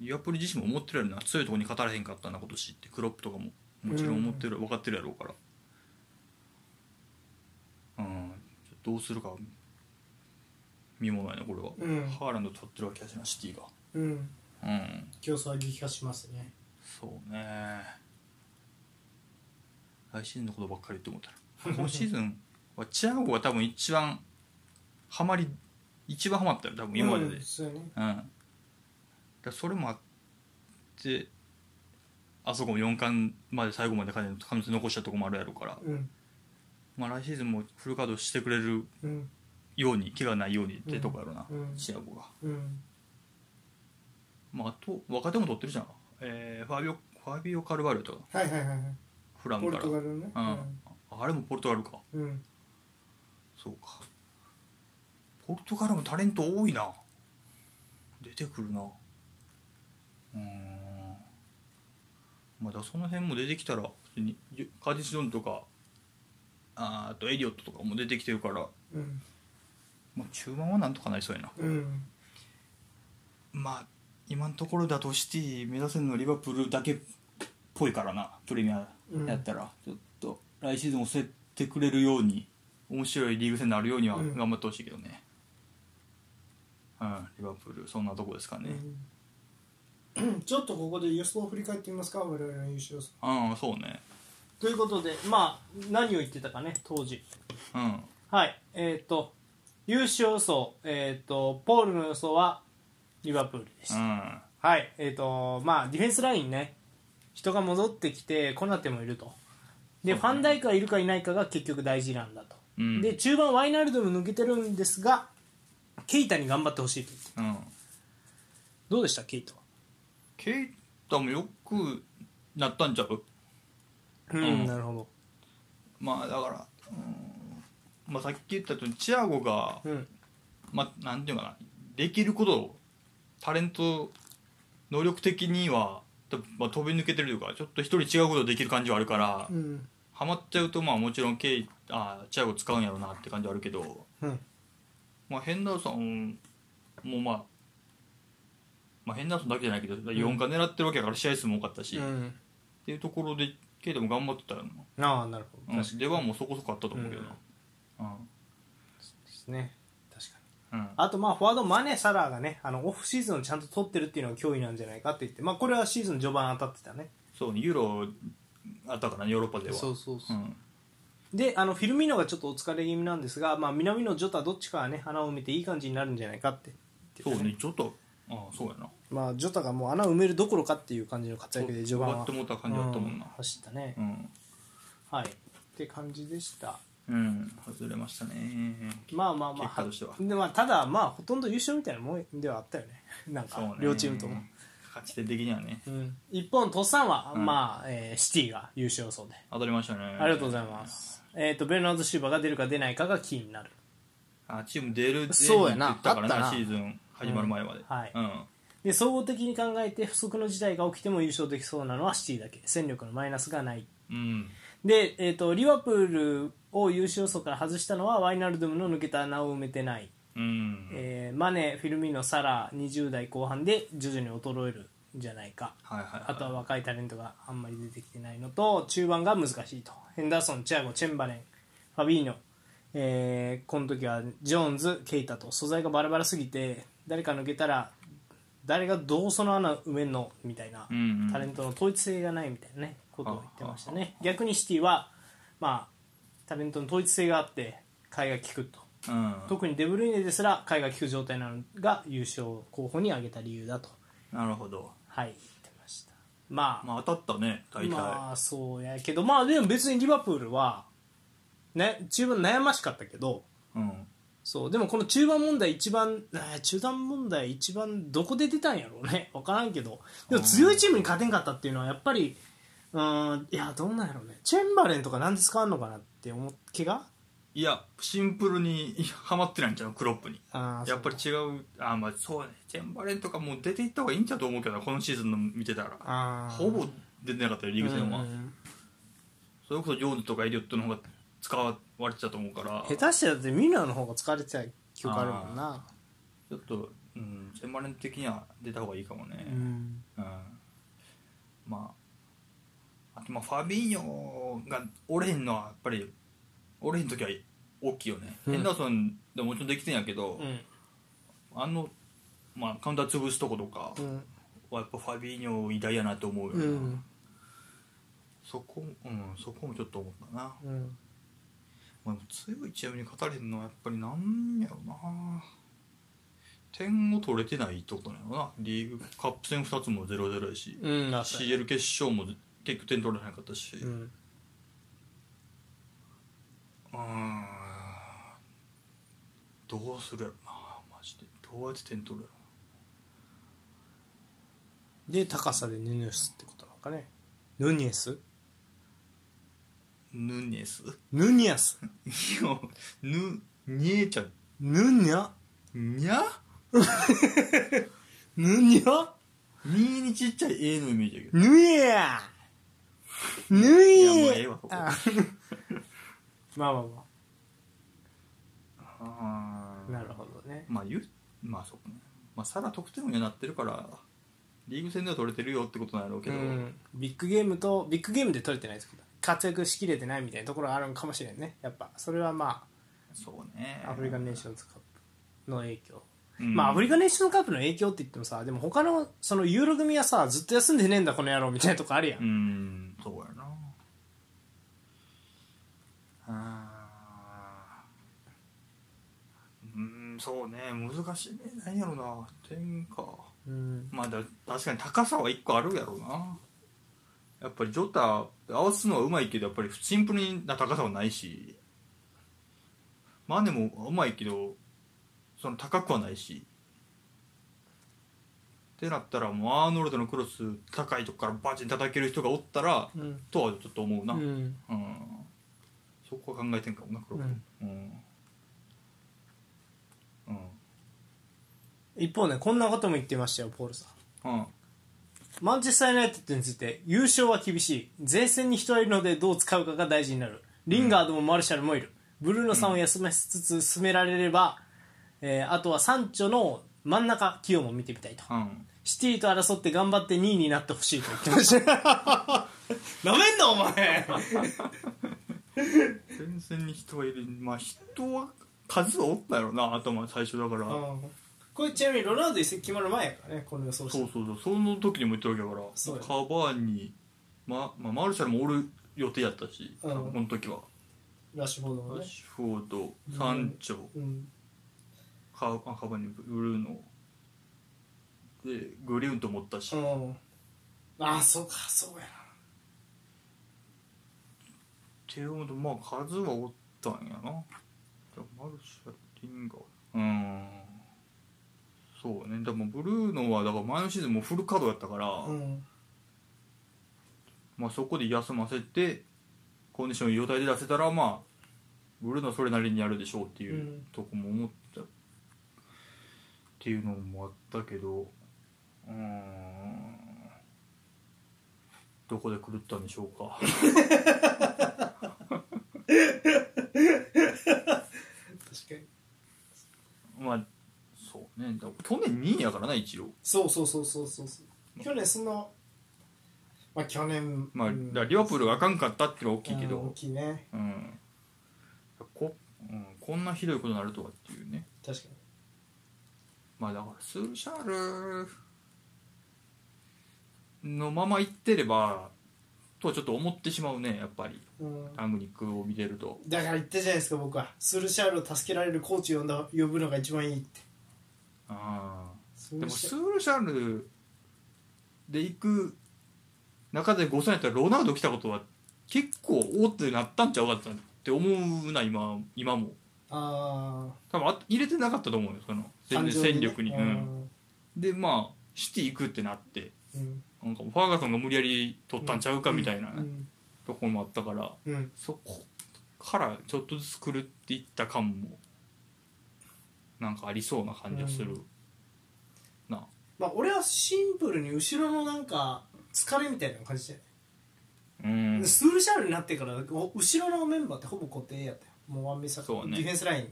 B: リアプリ自身も思ってるやろな強いとこに勝たれへんかったな今年ってクロップとかももちろん思ってる、分かってるやろうからうんどうするか見ものやねこれは、
A: うん
B: ハーランド取ってるわけやしなシティが
A: うん
B: うん
A: 競争は激化しますね
B: そうね来シーズンのことばっかりって思ったら今シーズンはチアゴが多分一番ハマり一番ハマったよ多分今までで、
A: うん、そうやね
B: うん、だからそれもあってあそこも4冠まで最後まで可能性残したとこもあるやろうから、
A: うん
B: まあ、来シーズンもフル稼働してくれる
A: うん
B: ように怪我ないようにってとこやろうな、
A: うん
B: チアゴが、
A: うん
B: まあ、あと若手も取ってるじゃん、えーファビオファビオ・カルバルとか
A: はいはいはいはい
B: フラ
A: ポ
B: ムか
A: ル
B: ら
A: トガルのね
B: うん、あれもポルトガルか
A: うん、うん、
B: そうかポルトガルもタレント多いな出てくるなうーんまだその辺も出てきたら普通にジュカーディス・ジョンとかあーあとエリオットとかも出てきてるから、
A: うん
B: まあ、中盤はなんとかなりそうやな
A: うん
B: まあ今のところだとシティ目指せるのはリバプールだけっぽいからなプレミアやったら、ちょっと来シーズン押せてくれるように面白いリーグ戦になるようには
A: うん
B: 頑張ってほしいけどね、うん、リバプールそんなとこですかね、
A: うんちょっとここで予想を振り返ってみますか我々の優勝
B: うん、そうね
A: ということでまあ何を言ってたかね当時
B: うん
A: はいえっ、と優勝予想えっ、とポールの予想はリバプールでし
B: う
A: た、
B: ん
A: はいえっ、とまあディフェンスラインね人が戻ってきてコナテもいるとで、
B: そう
A: フ
B: だね
A: ァンダイクがいるかいないかが結局大事なんだと、
B: うん
A: で中盤ワイナルドも抜けてるんですがケイタに頑張ってほしいと言って
B: うん
A: どうでしたケイタは
B: ケイタもよくなったんちゃう
A: うん、
B: うん
A: なるほど
B: まあだから、うんまあ、さっき言ったとチアゴが、
A: うん
B: まあ、なんていうのかなできることをタレント能力的には、とまあ、飛び抜けてるというかちょっと一人違うことできる感じはあるから、
A: うん
B: ハマっちゃうとまあもちろんケイあチアゴ使うんやろうなって感じはあるけど、
A: うん
B: まあ、ヘンダーソンもまあ、まあ、ヘンダーソンだけじゃないけど4冠狙ってるわけだから試合数も多かったし、
A: う
B: っ
A: ん
B: ていうところでケイタも頑張ってたよな、
A: ああなるほど
B: うん
A: 確か、
B: 出番もそこそこあったと思うけどな
A: ですね確かに
B: うん、うん
A: あとまあフォワードマネサラーがねあのオフシーズンをちゃんと取ってるっていうのが脅威なんじゃないかって言ってまあこれはシーズン序盤当たってたね
B: そうねユーロあったからねヨーロッパでは
A: うそう
B: う、
A: うんであのフィルミーノがちょっとお疲れ気味なんですが、まあ、南野ジョタどっちかはね穴を埋めていい感じになるんじゃないかって
B: そうねちょっとああそうやな
A: まあジョタがもう穴を埋めるどころかっていう感じの活躍で序
B: 終
A: 盤
B: わっ
A: は
B: てもうた感じだったもん
A: う
B: な
A: 走ったね、
B: うん、
A: はいって感じでした
B: うん、外れましたね
A: まあまあまあ
B: 結果としては
A: でまあただまあほとんど優勝みたいなもんではあったよね なん
B: そうね
A: か両チームとも
B: 勝ち手的にはね
A: うん、一方のトッサンは、
B: うん
A: まあえーシティが優勝予想で
B: 当たりましたね
A: ありがとうございます、えっとベルナード・シューバーが出るか出ないかがキーになる
B: あチーム出る
A: そうやな
B: 出るって言ったから
A: あ
B: な
A: ったな
B: シーズン始まる前まで、
A: うんはい
B: うん
A: で総合的に考えて不測の事態が起きても優勝できそうなのはシティだけ戦力のマイナスがない
B: うん
A: で、えー、とリバプールを優勝予想から外したのはワイナルドゥムの抜けた穴を埋めてない、
B: うん
A: えーマネフィルミーノサラ20代後半で徐々に衰えるんじゃないか
B: はいはいはい
A: あとは若いタレントがあんまり出てきてないのと中盤が難しいとヘンダーソン、チアゴ、チェンバレンファビーノ、えーこの時はジョーンズ、ケイタと素材がバラバラすぎて誰か抜けたら誰がどうその穴埋めんのみたいな、
B: うんうん
A: タレントの統一性がないみたいな、ね、ことを言ってましたね逆にシティは、まあ、タレントの統一性があって替えが効くと
B: うん
A: 特にデブルイネですら替えが効く状態なのが優勝候補に挙げた理由だと。
B: なるほど
A: はい言ってましたまあ
B: まあ当たったね大体、
A: まあそうやけどまあでも別にリバプールはね中盤悩ましかったけど
B: うん
A: そうでもこの中盤問題一番あー中盤問題一番どこで出たんやろうね分からんけどでも強いチームに勝てんかったっていうのはやっぱりうーんいやどうなんやろうねチェンバレンとかなんで使わんのかなって思っ怪我
B: いやシンプルに いやハマってないんちゃうクロップに
A: あー
B: やっぱり
A: そう
B: 違うあまあそうねチェンバレンとかもう出ていった方がいいんちゃうと思うけどなこのシーズンの見てたら
A: あー
B: ほぼ出てなかったよリーグ戦は、
A: うんうん
B: それこそジョーンズとかエリオットの方が使われてたと思うから
A: 下手してだってミラーの方が疲れてた記憶あるもんな
B: ちょっと、うん、チェンバレン的には出た方がいいかもね、
A: うん
B: うんまあ、あとまあファビーニョがおれへんのはやっぱりおれへん時は大きいよね、
A: うん
B: ヘンダーソンでももちろんできてんやけど、
A: うん
B: あの、まあ、カウンター潰すとことか
A: うん
B: はやっぱファビーニョ偉大やなと思うよな、
A: うん
B: そこもうん、そこもちょっと思ったな、
A: うん
B: まあ、強いチームに勝たれへんのはやっぱりなんやろな点を取れてないってことなのなリーグカップ戦2つも0-0やし
A: うん、あそうや
B: CL 決勝も結局点取れなかったし、
A: うん、
B: うーんどうするやろなマジでどうやって点取る
A: で高さでヌニエスってことなのかねヌニエス
B: やろヌニエ ス
A: ヌニエス
B: いやヌニエちゃん
A: ヌニャ
B: にゃ
A: ヌニャ
B: ににちっちゃい A のイメージやけど
A: ヌイヤヌイ
B: いやもうええわここ
A: あまあまあま
B: あ
A: あなるほどね
B: まあゆまあそうかねまあサラ得点王にはなってるからリーグ戦では取れてるよってことなんやろうけ
A: う
B: ど、
A: んビッグゲームとビッグゲームで取れてないってことだ活躍しきれてないみたいなところがあるのかもしれんねやっぱそれはま
B: そうね
A: あアフリカンネーションズカップの影響
B: うん
A: まあ、アフリカネーションズカップの影響って言ってもさでも他のそのユーロ組はさずっと休んでねえんだこの野郎みたいなとこあるやん、
B: うんそうやなあーうんそうね難しいね何やろな点か
A: うん
B: まあだ確かに高さは1個あるやろなやっぱりジョタ合わすのはうまいけどやっぱりシンプルな高さはないしマネもうまいけどその高くはないしってなったらもうアーノルドのクロス高いとこからバチン叩ける人がおったら
A: うん
B: とはちょっと思う
A: う
B: な、うん
A: ん
B: そこは考えてんかもなクロスうんうん
A: 一方ねこんなことも言ってましたよポールさん
B: うん
A: マンチェスター・ユナイテッドについて優勝は厳しい前線に人はいるのでどう使うかが大事になるリンガードもマルシャルもいるブルーノさんを休ませつつ進められれば、えーあとはサンチョの真ん中起用も見てみたいと
B: うん
A: シティと争って頑張って2位になってほしいと言ってました なめんなお前
B: 前線に人はいるまあ人は数はおったやろな頭最初だから、
A: これちなみにロナウド移籍決まる前やからねこの予想
B: そうそうそうその時にも言ったわけだから
A: そうや
B: カバーに、ままあ、マルシャルもおる予定やったし、
A: うん
B: この時は
A: ラッシュフォードも
B: ラッ
A: ね
B: シュフォードサンチョ
A: うん
B: カあカバーにブルーノでグリウンと思ったし、
A: うんああそうかそうやな
B: って思うとまあ数はおったんやなじゃあマルシャルリンガーうーんそうねでもブルーノはだから前のシーズンもうフル稼働やったから、
A: うん
B: まあ、そこで休ませてコンディションを状態で出せたらまあブルーノはそれなりにやるでしょうっていう、
A: うん
B: とこも思ったっていうのもあったけどうーんどこで狂ったんでしょうか
A: 確かに
B: まあそうねだ去年2位やからな一応
A: そうそうそうそうそうそう去年そのまあ去年
B: まあ、
A: うん
B: だからリバプールがあかんかったっていうのは大きいけ
A: うん大
B: ど、
A: きいね
B: うんこうん、こんなひどいことになるとはっていうね
A: 確かに
B: まあだからスーシャールのまま行ってればとはちょっと思ってしまうねやっぱり
A: うん
B: タングニックを見てると
A: だから言ったじゃないですか僕はスルシャールを助けられるコーチを呼んだ呼ぶのが一番いいって
B: あ
A: ス
B: ーで
A: ル
B: も
A: シ
B: ス
A: ャ
B: ーシャールで行く中で5歳やったらロナウド来たことは結構おーってなったんちゃうかったって思うな今今も
A: あ
B: 多分あ入れてなかったと思うよその
A: あ
B: 戦戦力に、
A: う
B: うん、
A: ん、
B: でまあシティ行くってなって
A: うん、
B: なんかファーガソンが無理やり取ったんちゃうかみたいな、
A: うん、
B: ところもあったから
A: うん、
B: そこからちょっとずつ狂っていった感もなんかありそうな感じがする、
A: うまあ俺はシンプルに後ろのなんか疲れみたいな感じじゃ
B: うん
A: ない、スルシャールになってからお後ろのメンバーってほぼ固定やったよもうワンミサ、デ
B: そうね
A: ィフェンスライン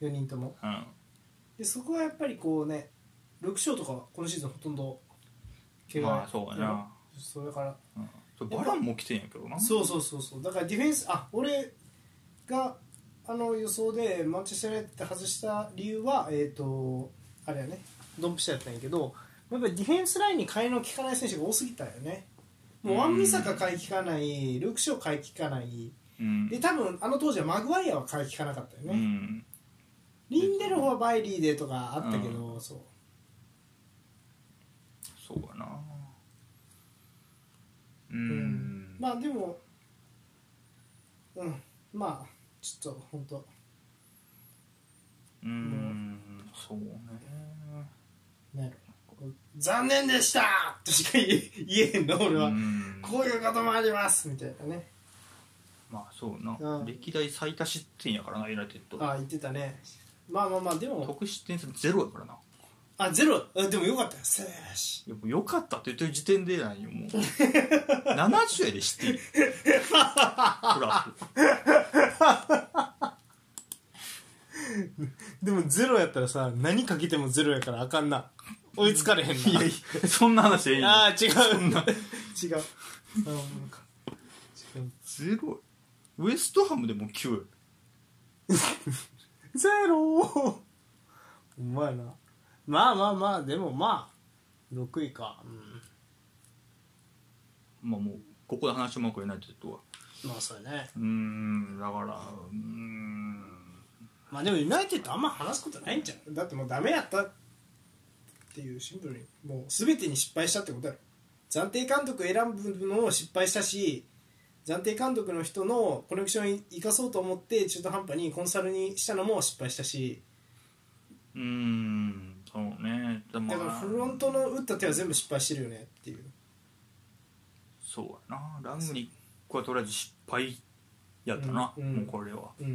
B: うん
A: 4人とも
B: うん
A: でそこはやっぱりこうねルーク・ショーとかはこのシーズンほとんど怪我
B: まあそうやな、
A: そうだから
B: うん、それバランも来てんやけどな
A: そうそうそうそうだからディフェンスあ俺があの予想でマンチェスター・ユナイテッド外した理由はえっ、とあれやねドンピシャやったんやけどやっぱりディフェンスラインに替えの効かない選手が多すぎたよねもうワンミサカ買い効かないルーク・ショー買い効かない
B: うん
A: で多分あの当時はマグワイアは買い効かなかったよね、
B: うん
A: リンデルフはバイリーでとかあったけど、そう
B: そうやなうん、
A: うんまあでもうんまあちょっと本当
B: うんそうね
A: ね残念でしたとしか言え言えへんの俺は、
B: うん
A: こういうこともありますみたいなね
B: まあそうな、
A: うん
B: 歴代最多失点やからなユナイテッド
A: ああ言ってたねまあまあまあでも
B: 得失点数ゼロやからな
A: あゼロあでもよかったよせーし
B: いやもう良かったって言ってる時点でなんよもう 70やで知ってるプラス
A: でもゼロやったらさ何かけてもゼロやからあかんな追いつかれへんない
B: やいやそんな話ええんや
A: ああ違うな違 うああなんか違う
B: ゼロウエストハムでも9
A: ゼロお前なまあまあまあでもまあ6位かうん
B: まあもうここで話しうまくれないってことは
A: まあそうやね
B: うーんだからうーん
A: まあでもユナイテッドあんま話すことないんじゃんだってもうダメやったっていうシンプルにもう全てに失敗したってことやろ暫定監督選ぶのも失敗したし暫定監督の人のコネクション生かそうと思って中途半端にコンサルにしたのも失敗したし
B: うーんそうねでも
A: だからフロントの打った手は全部失敗してるよねっていう
B: そうやなラングニックはとりあえず失敗やったな、
A: うんうん
B: もうこれは
A: うん
B: う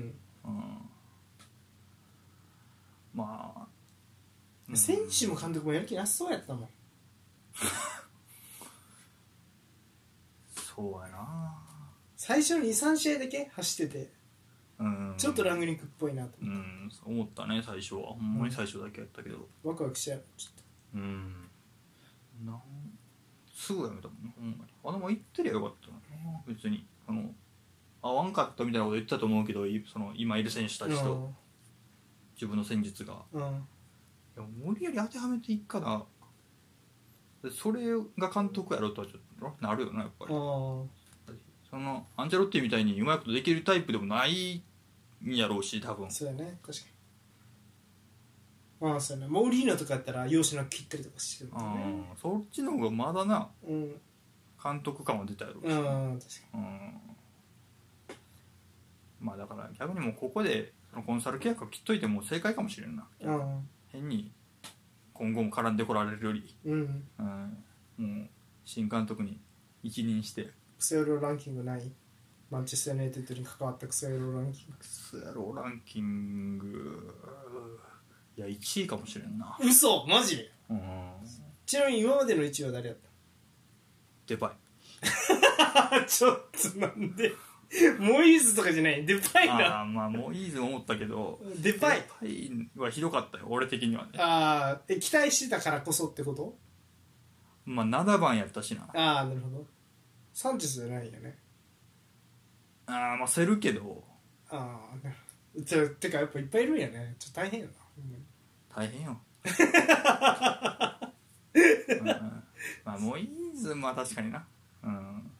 B: んまあ、うん
A: 選手も監督もやる気なさそうやったもん
B: そうやな
A: 最初23試合だけ走ってて
B: うん
A: ちょっとラングニックっぽいなと
B: うんそう思ったね最初はほんまに最初だけやったけど
A: ワクワクしちゃうちょっ
B: うんなんすぐやめたもんねほんまにあでも言ってりゃよかったのにな別にあの合わんかったみたいなこと言ってたと思うけどいその今いる選手た
A: と
B: ちと自分の戦術が
A: うんうん
B: いや無理やり当てはめていっからでそれが監督やろとはちょっとなるよなやっぱり
A: ああ
B: そのアンジェロッティみたいにうまいことできるタイプでもないんやろうし多分
A: そうだね確かにああそうだねモーリーノとかやったら容姿なく切ったりとかしてるもんね
B: うんそっちの方がまだな
A: うん
B: 監督感は出たやろう
A: うん
B: し
A: 確か
B: うんまあだから逆にもうここでそのコンサル契約を切っといても正解かもしれんな
A: にうん
B: 変に今後も絡んでこられるより、
A: うん
B: うん、もう新監督に一任して
A: クソ野郎ランキングないマンチェスター・ユナイテッドに関わったクソ野郎ランキン
B: クソ野郎ランキングいや1位かもしれんな
A: グ嘘マジ
B: うん
A: ちなみに今までの1位は誰やっ
B: デパイ
A: た ちょっとなんでモイーズとかじゃないデパイ
B: あ
A: だ
B: あーまあもういいと思ったけど
A: デパイ
B: デパイはひどかったよ俺的にはね
A: ああえ期待してたからこそってこと
B: まあ7番やったしな
A: ああなるほどサンチェスじゃないよね
B: あーまあせるけど
A: ああなるほどててかやっぱいっぱいいるんやねちょっと大変やなほんまに
B: 大変 ようんうんまあモイーズまあ確かになうん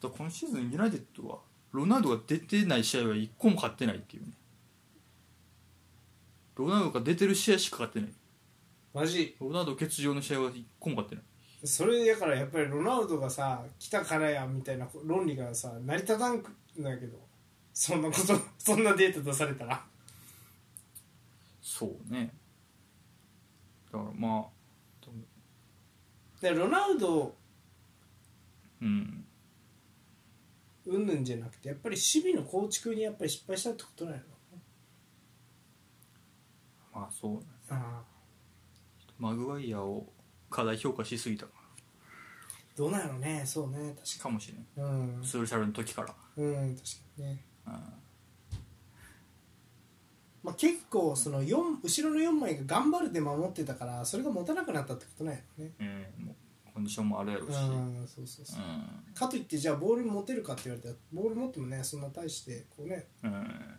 B: と今シーズンユナイテッドはロナウドが出てない試合は1個も勝ってないっていうねロナウドが出てる試合しか勝ってない
A: マジ
B: ロナウド欠場の試合は1個も勝ってない
A: それだからやっぱりロナウドがさ来たからやみたいな論理がさ成り立たんのやけどそんなこと そんなデータ出されたら
B: そうねだからまあ
A: でロナウド
B: うん
A: うんぬんじゃなくてやっぱり守備の構築にやっぱり失敗したってことなの
B: まあそうね
A: ああ
B: マグワイアを過大評価しすぎた
A: どうなのねそうね確か
B: かもしれない
A: にうん
B: スルシャルの時から
A: うん確かにね
B: うん
A: まあ、結構その四後ろの4枚が頑張るで守ってたからそれが持たなくなったってことなんやろね
B: えーもうコンディションもあるやろう
A: う
B: し、
A: んそうそうそう、
B: う
A: かといってじゃあボール持てるかって言われたらボール持ってもねそんな大してこうね
B: んうん、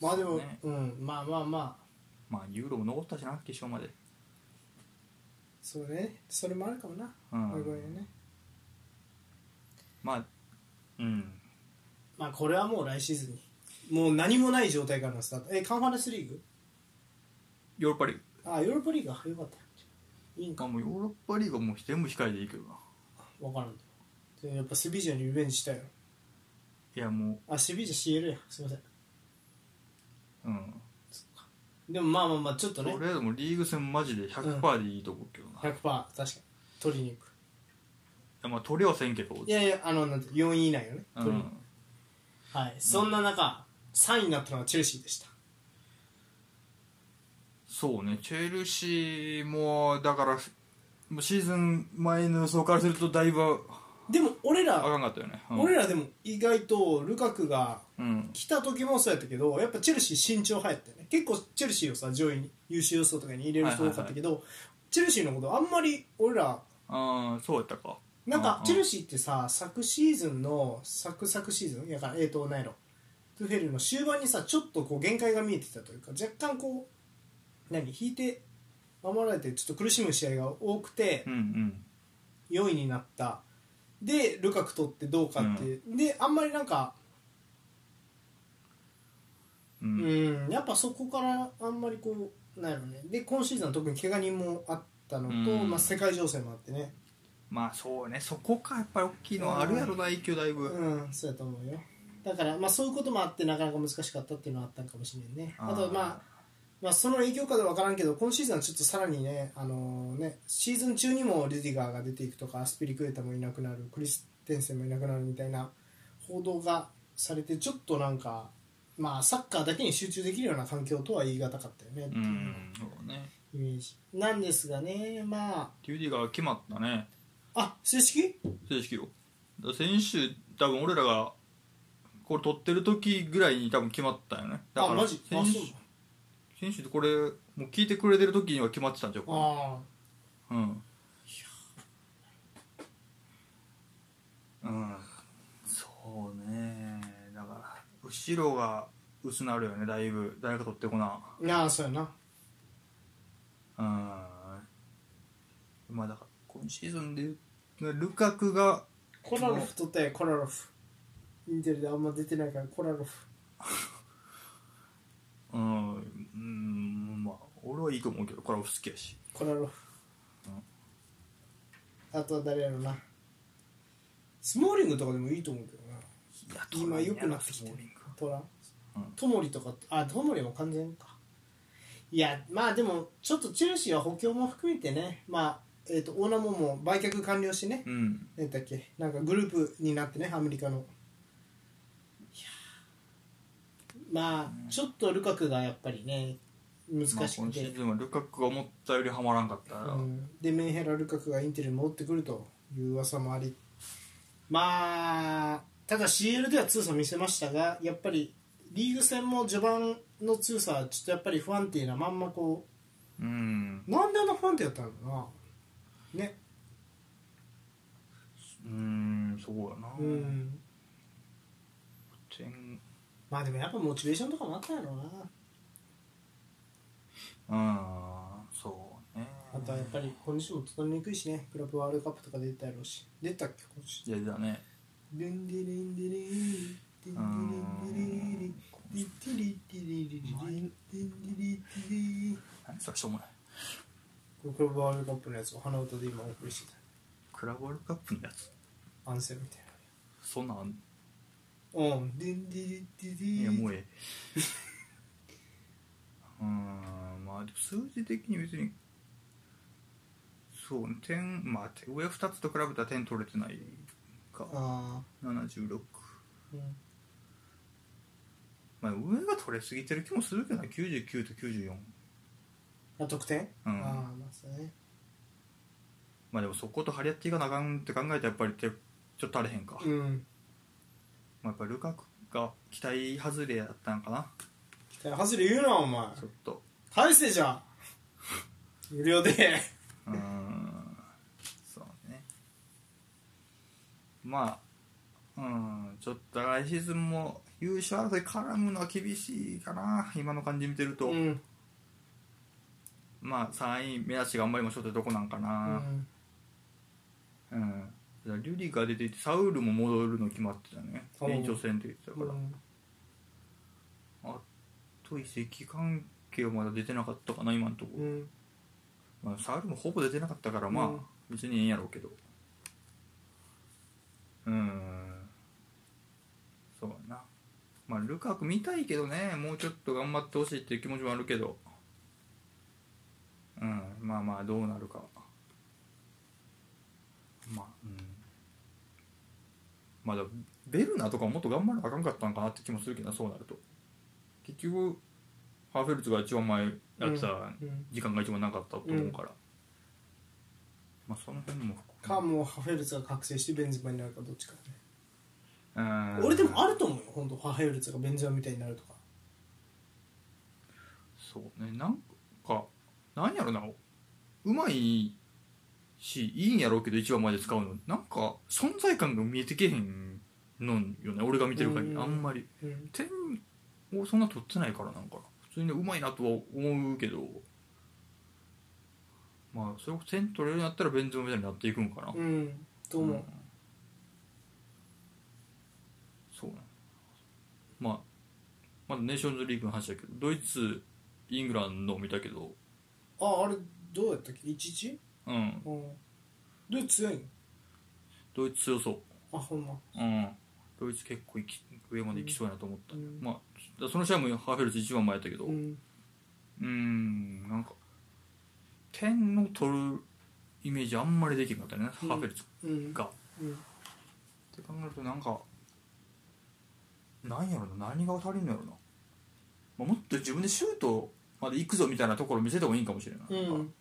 A: まあでも,、
B: そううね
A: んまあまあまあ
B: まあユーロも残ったしな決勝まで、
A: そうねそれもあるかもな、
B: うん
A: これぐらいね
B: まあうん
A: まあこれはもう来シーズンにもう何もない状態からのスタートえカンファレンスリーグ
B: ヨーロッパリーグ
A: あヨーロッパリーグはよかったいいんか
B: あもうヨーロッパリーグはもう全部控えていいけどな
A: 分からんでやっぱセビージャにリベンジしたよ
B: いやも
A: あセビージャ CL やすいません
B: ううん
A: でもまあまあまあちょっと
B: と
A: ね
B: りあえずもうリーグ戦マジで100%でいいと思うけどな、
A: 100%
B: い
A: 確かに取りに行く
B: やまあ取れはせんけど
A: いやいやあのなんて4位以内よね
B: う
A: 取りに行く、
B: ん
A: はい、そんな中、3位になったのはチェルシーでした。
B: そうねチェルシーもだからもうシーズン前の予想からするとだいぶ
A: でも俺
B: あ
A: ら、
B: かんかったよね、うん、
A: 俺らでも意外とルカクが
B: うん
A: 来た時もそうやったけど、やっぱチェルシー慎重派やったよね。結構チェルシーをさ、上位に優秀予想とかに入れる人多かったけど、チェルシーのことあんまり俺ら、
B: ああそうやったか
A: なん
B: うん
A: か
B: うん
A: チェルシーってさ、昨シーズンの、昨昨シーズン、やから、えっと、なんやろ、トゥフェルの終盤にさ、ちょっとこう限界が見えてたというか、若干こう、何引いて守られてちょっと苦しむ試合が多くて
B: うんうん
A: 4位になったでルカク取ってどうかっていう、であんまりなんか
B: う
A: うんんやっぱそこからあんまりこうなんやろねで今シーズンは特に怪我人もあったのと、
B: うん
A: まあ、世界情勢もあってね
B: まあそうねそこかやっぱり大きいのはあるやろな影響だいぶ、
A: うんそうやと思うよだから、まあ、そういうこともあってなかなか難しかったっていうのはあったんかもしれんねあとまあまあ、その影響かで分からんけど今シーズンはちょっとさらにね,、あのねシーズン中にもルディガーが出ていくとかアスピリクエタもいなくなるクリステンセンもいなくなるみたいな報道がされてちょっとなんか、まあ、サッカーだけに集中できるような環境とは言い難かったよねって
B: う
A: いうん
B: そうね
A: イメージなんですがねま
B: デューディが決まったね
A: ああ正式
B: 正式よだから先週多分俺らがこれ撮ってる時ぐらいに多分決まったよねだ
A: あ
B: から
A: マジあ
B: 先週
A: そう
B: 先週これもう聞いてくれてる時には決まってたんじゃうか
A: あ
B: うんうんそうねだから後ろが薄なるよねだいぶ誰か取ってこな
A: ーなあそうやな
B: うんまあだから今シーズンで言うルカクが
A: コラロフ取ったよコラロフインテルであんま出てないからコラロフ
B: うん、うん、まあ俺はいいと思うけどこれは好きやし
A: コラロフ、あとは誰やろなスモーリングとかでもいいと思うけどない今
B: や
A: 良くなってきてるトラン
B: うん
A: トモリとかあトモリも完全かいやまあでもちょっとチェルシーは補強も含めてねまあえー、とオーナモも売却完了しね
B: うん
A: 何だっけなんかグループになってねアメリカのいやーまあちょっとルカクがやっぱりね難し
B: まあ、
A: く
B: 今シ
A: て
B: ーズンはルカクが思ったよりはまらんかったら、
A: うん、でメンヘラ・ルカクがインテルに戻ってくるという噂もありまあただ CL では強さ見せましたがやっぱりリーグ戦も序盤の強さはちょっとやっぱり不安定なまんまこ
B: うん
A: うなんであんな不安定やったのかなね
B: うんそうやな、
A: うん
B: 全
A: まあでもやっぱモチベーションとかもあったんやろうな
B: うんそうね
A: あとはやっぱりコンディションも整えにくいしねクラブワールドカップとか出てたやろうし出たっけ今年
B: いやだね
A: ルンディリンディリンディ
B: う
A: ンディリンディリンディリン
B: ん
A: ディティリティリリリリティリリティリ
B: 何それしょうもない
A: クラブワールドカップのやつを鼻歌で今お送りして
B: クラブワールドカップのやつ
A: たアンセルみたい
B: そんなんあん
A: なうんディディリティリ
B: いやもうええ うーんまあでも数字的に別にそうね点まあて上2つと比べたら点取れてないか
A: あ
B: 76
A: あうん
B: まあ上が取れすぎてる気もするけどな99と94
A: あ得点
B: う
A: ああ
B: ん
A: まあそうね
B: まあでもそこと張り合っていかなあかんって考えたらやっぱりてちょっと足れへんか、
A: うん
B: まあ、やっぱりルカクが期待外れやったんかな
A: 期待外れ言うなお前
B: ちょっと
A: 大してじゃん無料で
B: うーんそうねまあうんちょっと来シーズンも優勝争い絡むのは厳しいかな今の感じ見てると、
A: うん
B: まあ3位目指して頑張りましょうってとこなんか
A: う
B: なんうん、だからリュリが出ていてサウルも戻るの決まってたね
A: おう
B: 延長戦って言ってたから、あと移籍関係はまだ出てなかったかな今のとこ
A: う
B: ろ、
A: ん
B: まあ、サウルもほぼ出てなかったからまあ、
A: うん
B: 別にええんやろうけどうーんそうやなまあルカク見たいけどねもうちょっと頑張ってほしいっていう気持ちもあるけどうんまあまあどうなるかまあうんまあだベルナとかもっと頑張らなあかんかったんかなって気もするけどなそうなると結局ハーフェルツが一番前やってた、
A: うん
B: 時間が一番なかったと思うから、まあその辺も
A: かもうハフェルツが覚醒してベンゼマになるかどっちかだね
B: うん
A: 俺でもあると思うよ本当ハフェルツがベンゼマみたいになるとか
B: そうねなんかなんやろなうまいしいいんやろうけど一番前で使うのなんか存在感が見えてけへんのんよね俺が見てる限り
A: うん
B: あんまり
A: うん
B: 点をそんな取ってないからなんかな普通にうまいなとは思うけどまあそれを点取れるようになったらベンゼマみたいになっていくんかな、
A: うんと思う、
B: んそうなのまあまだネーションズリーグの話だけどドイツイングランドを見たけど
A: ああれどうやったっけ 1-1?
B: うん
A: うんどう強いの
B: ドイツ強そう
A: あほんま
B: うん、ドイツ結構いき上まで行きそうやなと思った、
A: うん
B: まあ、その試合もハーフェルツ一番前やったけどう
A: うんん
B: なんか点を取るイメージあんまりできなかったね、
A: うん
B: ハーフェルツ
A: うん
B: がっ
A: うん
B: て考えるとなんかなんやろな何が足りんのやろな、まあ、もっと自分でシュートまで行くぞみたいなところ見せてもいいんかもしれない、
A: う
B: なん
A: ん
B: か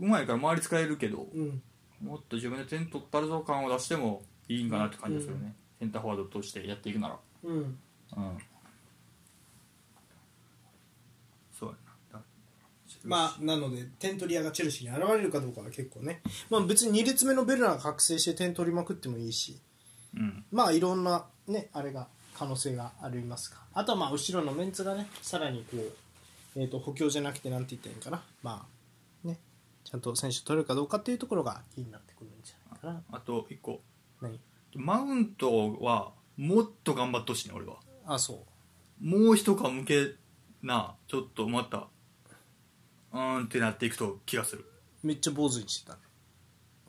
B: うまいから周り使えるけど
A: うん
B: もっと自分で点取ったるぞ感を出してもいいんかなって感じがするね、センターフォワードとしてやっていくなら
A: うん
B: うんそうやなだ
A: まあなので点取り屋がチェルシーに現れるかどうかは結構ね、まあ、別に2列目のベルナーが覚醒して点取りまくってもいいし
B: うん
A: まあいろんなねあれが可能性がありますかあとはまあ後ろのメンツがねさらにこう、えー、と補強じゃなくてなんて言ったらいいんかなまあねちゃんと選手取れるかどうかっていうところが気になってくるんじゃないかな
B: あと一個
A: 何
B: マウントはもっと頑張ってほしいね俺は
A: あそ
B: もう一皮向けなちょっとまたうーんってなっていくと気がする
A: うめっちゃ坊主にしてたね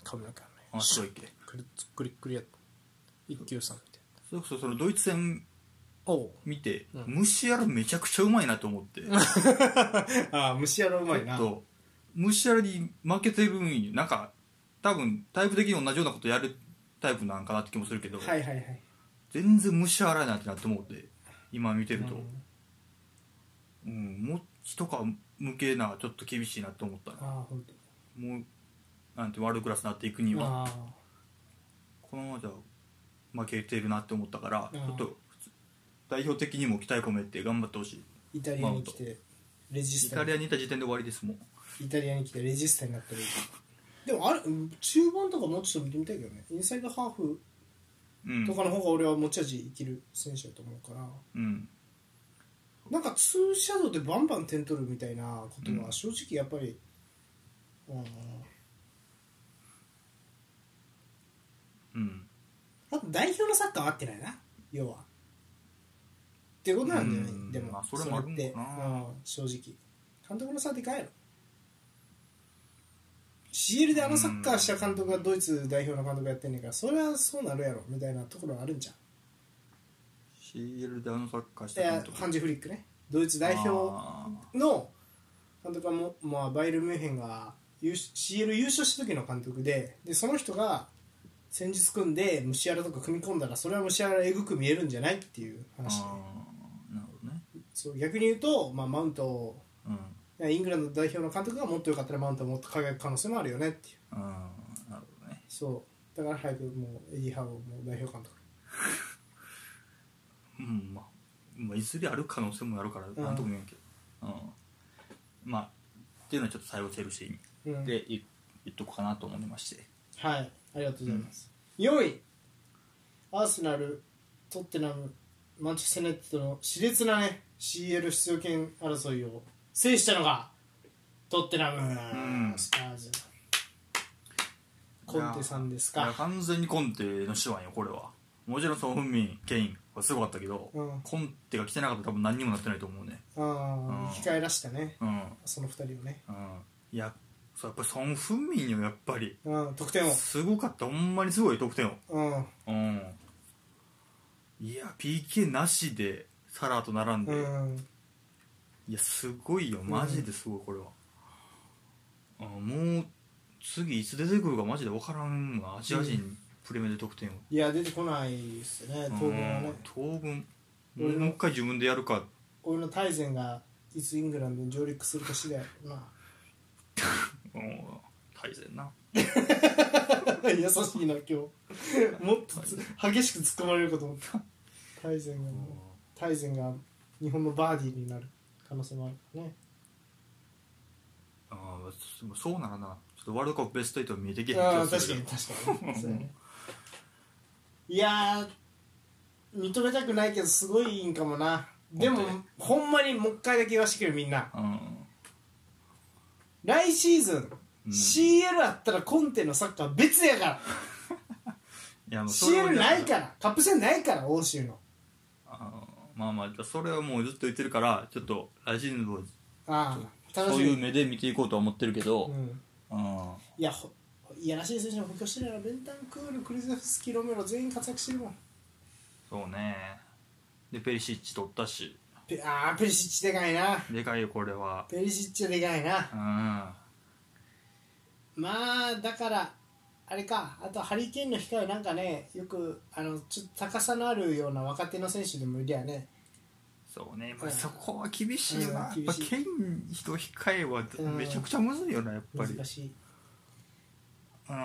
A: 髪の毛は
B: あ
A: ね
B: そういっけ
A: クリクリックリやった一休さんみたい
B: それこそそのドイツ戦
A: なおう
B: 見て、
A: うん
B: ムシアラめちゃくちゃうまいなと思って
A: ああ虫やろうまい
B: ちょっとムシアラに負けてる分になんか多分タイプ的に同じようなことやるタイプなんかなって気もするけど、
A: はいはいはい
B: 全然無視洗えないってなって思って今見てると、
A: うん
B: うんもう一皮向けなちょっと厳しいなって思ったな
A: ああ本当
B: もうなんてワールドクラスになっていくには
A: あ
B: このままじゃ負けてるなって思ったから
A: う
B: ち
A: ん
B: ょっと代表的にも期待込めて頑張ってほし
A: イタリアに来てレジ
B: い
A: ス
B: イタ
A: タ
B: リ
A: イ
B: アにいた時点で終わりですもん
A: タリアに来てレジスタになったらいいでもあれうん中盤とかもうちょっと見てみたいけどねインサイドハーフ
B: うん
A: とかの方が俺は持ち味生きる選手だと思うから、
B: うん
A: なんかツーシャドウでバンバン点取るみたいなことは正直やっぱり、うん、
B: うん
A: あと代表のサッカーは合ってないな要はってことなんだよね、
B: うん
A: でも、
B: まあそれもあ
A: そ
B: るのかな
A: れってうん、正直監督の差でかいやろ CL であのサッカーした監督がドイツ代表の監督やってんねんからそれはそうなるやろみたいなところはあるんじゃん
B: CL であのサッカーし
A: い
B: た
A: や
B: 監督
A: ハンジ・フリックねドイツ代表
B: あ
A: の監督はも、まあ、バイエル・ミュンヘンが優勝 CL 優勝した時の監督ででその人が戦術組んで虫やらとか組み込んだらそれは虫やらえぐく見えるんじゃないっていう
B: ー
A: 話で
B: あーなるほどね
A: そう逆に言うと、まあ、マウントを
B: うん
A: イングランド代表の監督がもっと良かったらマウントをもっと輝く可能性もあるよねっていう
B: あーなるほどね
A: そうだから早くもうエディ・ハウをもう代表監督
B: うんまあ、まあ、いずれある可能性もあるから
A: ん
B: なんとも言えんけど、うんまあっていうのはちょっと最後チェルシーに
A: うん
B: で言言っとこうかなと思いまして
A: はいありがとうございます、4位アーセナルトッテナムマンチェスター・ユナイテッドの熾烈なね CL 出場権争いを制したのがトッテナム、
B: うん
A: スパーズコンテさんです
B: いや
A: か
B: 完全にコンテの手腕よこれはもちろんソン・フンミンケインはすごかったけど、
A: うん
B: コンテが来てなかったら多分何にもなってないと思うね
A: ああ生き返らしたね
B: うんうん
A: その2人をね、
B: いやそうやっぱりソン・フンミンよやっぱり
A: うん、得点を
B: すごかったほんまにすごい得点を
A: うん
B: うんいや PK なしでサラーと並んで、
A: うん
B: いやすごいよマジですごいこれは、あもう次いつ出てくるかマジで分からんわアジア人プレミアで得点を、
A: いや出てこないですね当分はね、
B: うん当分
A: 俺の
B: もう一回自分でやるか
A: 俺の大善がいつイングランドに上陸するか次第やろな
B: うん大変な
A: 優しいな今日もっとつ激しく突っ込まれるかと思った大善が
B: うん
A: もう大善が日本のバーディーになる可能性もあるからね
B: あーそうならなちょっとワールドカップベスト8見えてけへん気
A: ああ
B: が
A: ー確
B: す
A: か
B: る
A: に
B: けど
A: 確かにそうやねいやー認めたくないけどすごいいいんかもなでも
B: 本
A: ほんまにもう一回だけ言わしてくれよみんな
B: うん
A: 来シーズン
B: うん
A: CL あったらコンテのサッカーは別やから
B: いやもうそれを
A: CL
B: ね
A: ないからカップ戦ないから欧州の
B: あーまあまあじゃあそれはもうずっと言ってるからちょっとラジンを
A: ああ楽し
B: そ
A: み
B: ういう目で見ていこうとは思ってるけど、
A: うん、
B: うん
A: いやほいやらしい選手も補強してるなベンタンクールクリゼフスキロメロ全員活躍してるもん
B: そうねでペリシッチ取ったし
A: ペああペリシッチでかいな
B: でかいよこれは
A: ペリシッチでかいな
B: うん
A: まあだからあれかあとハリケーンの控えなんかねよくあのちょっと高さのあるような若手の選手でもいりゃね
B: そうね、
A: う
B: まあ、
A: ん
B: そこは厳しいわ、
A: うん厳
B: やっぱ
A: しい
B: ケイン人控えは
A: うん
B: めちゃくちゃむずいよなやっぱり
A: 難し
B: うん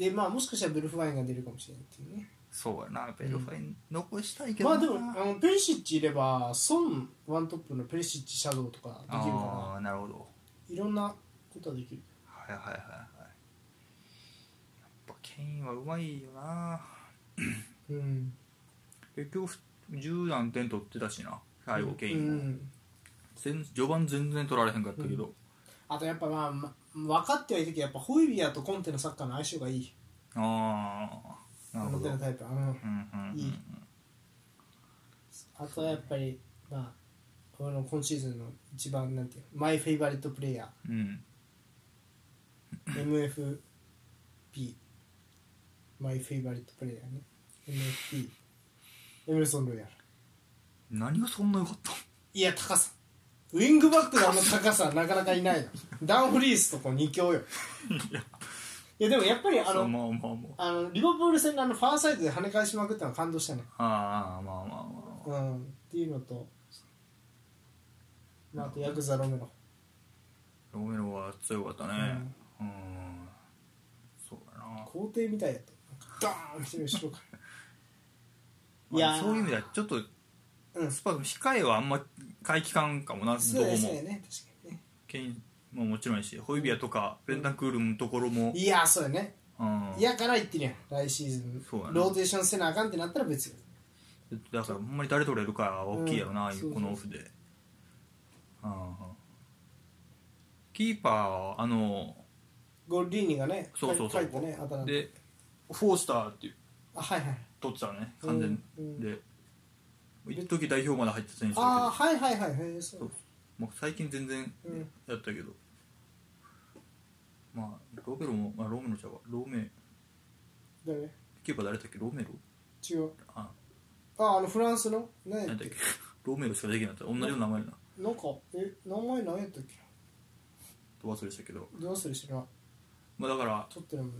A: いでまあもしかしたらベルフワインが出るかもしれないっていうね
B: そうやなベルファイン残したいけ
A: ま
B: ど
A: あ
B: な、
A: でもあのペリシッチいれば孫ワントップのペリシッチシャドウとかできるか
B: ああなるほど
A: らいろんなことはできる
B: はいはいはいはいやっぱケインはうまいよな
A: うん
B: 結局10何点取ってたしな最後ケイン
A: う
B: も、
A: ん、
B: 全序盤全然取られへんかったけど、
A: あとやっぱまあま分かってはいるけどやっぱホイビアとコンテのサッカーの相性がいい
B: ああなるほ
A: 表
B: ど
A: のタイプあの
B: うんうんうん
A: いいあとはやっぱりまあこの今シーズンの一番なんていうのマイフェイバリットプレイヤー
B: うん
A: MFP マイフェイバリットプレイヤーね MFP エムルソン・ロイヤル
B: 何がそんな良かった
A: いや高さウィングバックのあの高さなかなかいないよダンフリースとこう2強よ いやでもやっぱりあ
B: そう
A: の
B: まあまあまあ
A: あのリバプール戦のあのファーサイドで跳ね返しまくったの感動したね
B: ああまあまあまあ
A: うんっていうのとまああとヤクザ・ロメロ
B: ロメロは強かったねうんそうだな
A: 皇帝みたいやったダーンって後ろか
B: まあ
A: いやー
B: そういう意味ではちょっと
A: らうん
B: スパ控えはあんま回帰感かもなど
A: そう
B: う
A: です
B: も
A: ね確かにね
B: ケインももちろんやしホイビアとかベンタンクールのところも
A: いやそうやね
B: うん
A: 嫌から言ってるやん来シーズン
B: そうやね
A: ローテーションせなあかんってなったら別よ
B: だからほんまに誰取れるかは大きいやろな、
A: うんそうそう
B: このオフでうんキーパーはあの
A: ゴールディーニがね
B: そうそうそう
A: 帰ったねあたら
B: でフォースターっていう
A: あはいはい
B: 取ってたのね完全
A: うん
B: で一時代表まで入った選手だけど
A: ああはいはいはいはいそ
B: そう
A: う
B: もう最近全然
A: うん
B: やったけど、まあロメロも、まあ、ロメロちゃうわロメ
A: 誰
B: キーパー誰だっけロメロ
A: 違う
B: あ
A: ああのフランスの何や
B: 何
A: っ
B: だっ
A: け
B: けロメロしかできなかった同じような名前だな
A: なんかえ名前何やったっけ
B: 忘れしたけど、
A: どうするしな
B: まあ、だから
A: 取ってるもん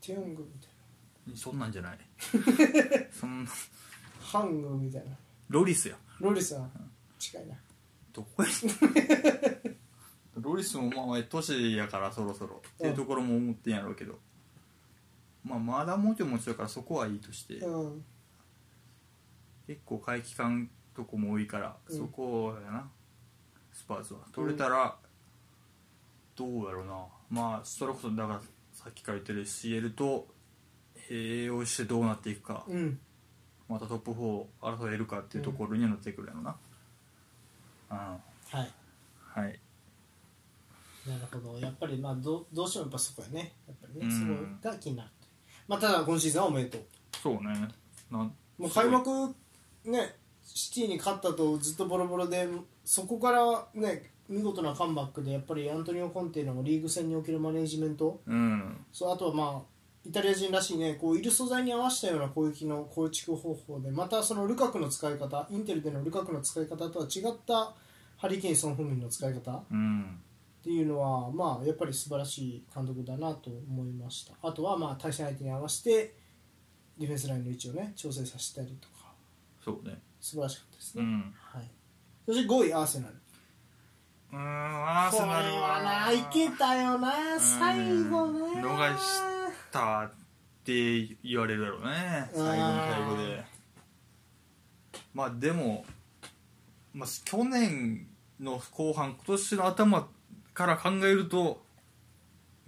A: テヨングみたい
B: そんなんじゃ ないそんな
A: なハングみたいな
B: ロリスや
A: ロリスは近いな
B: どこやロリスもまあまあ年やからそろそろっていうところも思ってんやろうけど、まあ、まだもうちょいもちろからそこはいいとして、
A: うん
B: 結構回帰感とこも多いから、
A: うん
B: そこやなスパーズは取れたらどうやろうなまあそれこそだからさっきから言ってる CL と併用してどうなっていくか、
A: うん
B: またトップ4を争えるかっていうところにはなってくるやろなうん、
A: はい
B: はい
A: なるほどやっぱりまあどどうしてもやっぱそこやねやっぱり
B: う
A: ね
B: ん
A: そこが気になるとまあただ今シーズンはおめでとう
B: そうねなん
A: もう開幕ねシティに勝ったとずっとボロボロでそこからね見事なカムバックでやっぱりアントニオ・コンテのリーグ戦におけるマネージメント
B: うん
A: そうあとはまあイタリア人らしいねこういる素材に合わせたような攻撃の構築方法でまたそのルカクの使い方インテルでのルカクの使い方とは違ったハリケーン・ソン・フンミンの使い方
B: うん
A: っていうのは、まあ、やっぱり素晴らしい監督だなと思いましたあとはまあ対戦相手に合わせてディフェンスラインの位置をね調整させたりとか
B: そうね
A: 素晴らしかったですね、
B: うん
A: はい、そして5位アーセナル
B: うんアーセ
A: これ
B: ナル
A: はないけたよな最後ね
B: 逃したって言われるやろうね最後の最後でまあでも、まあ、去年の後半今年の頭から考えると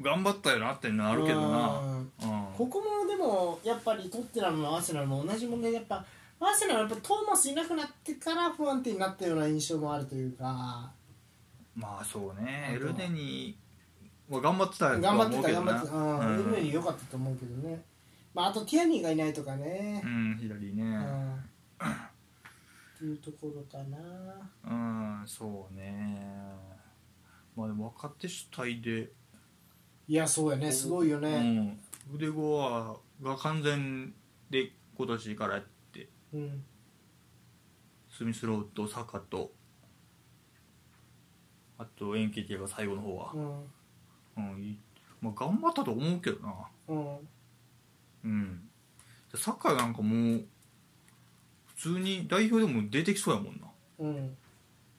B: 頑張ったよなってなるけどな
A: うん
B: うん
A: ここもでもやっぱりトッテナムもアーセナルも同じ問題でやっぱアーセナルはやっぱトーマスいなくなってから不安定になったような印象もあるというか
B: まあそうねエ
A: あとは
B: ルデニは頑張ってたと
A: 頑張
B: は
A: って
B: 思う
A: た
B: けど
A: 頑張
B: な
A: ってたうん
B: うん
A: ルに良かったと思うけどねまああとティアニーがいないとかね
B: うん左
A: う
B: ね
A: んっていうところかな
B: うんそうねまあでも若手主体で、
A: いやそうやねすごいよね
B: うん、腕ゴアが完全で今年からやって
A: うん
B: スミスローとサカとあとエンケティが最後の方は
A: う、ん
B: うんいまあ、頑張ったと思うけどな
A: うん
B: うんサッカーなんかもう普通に代表でも出てきそうやもんな
A: うん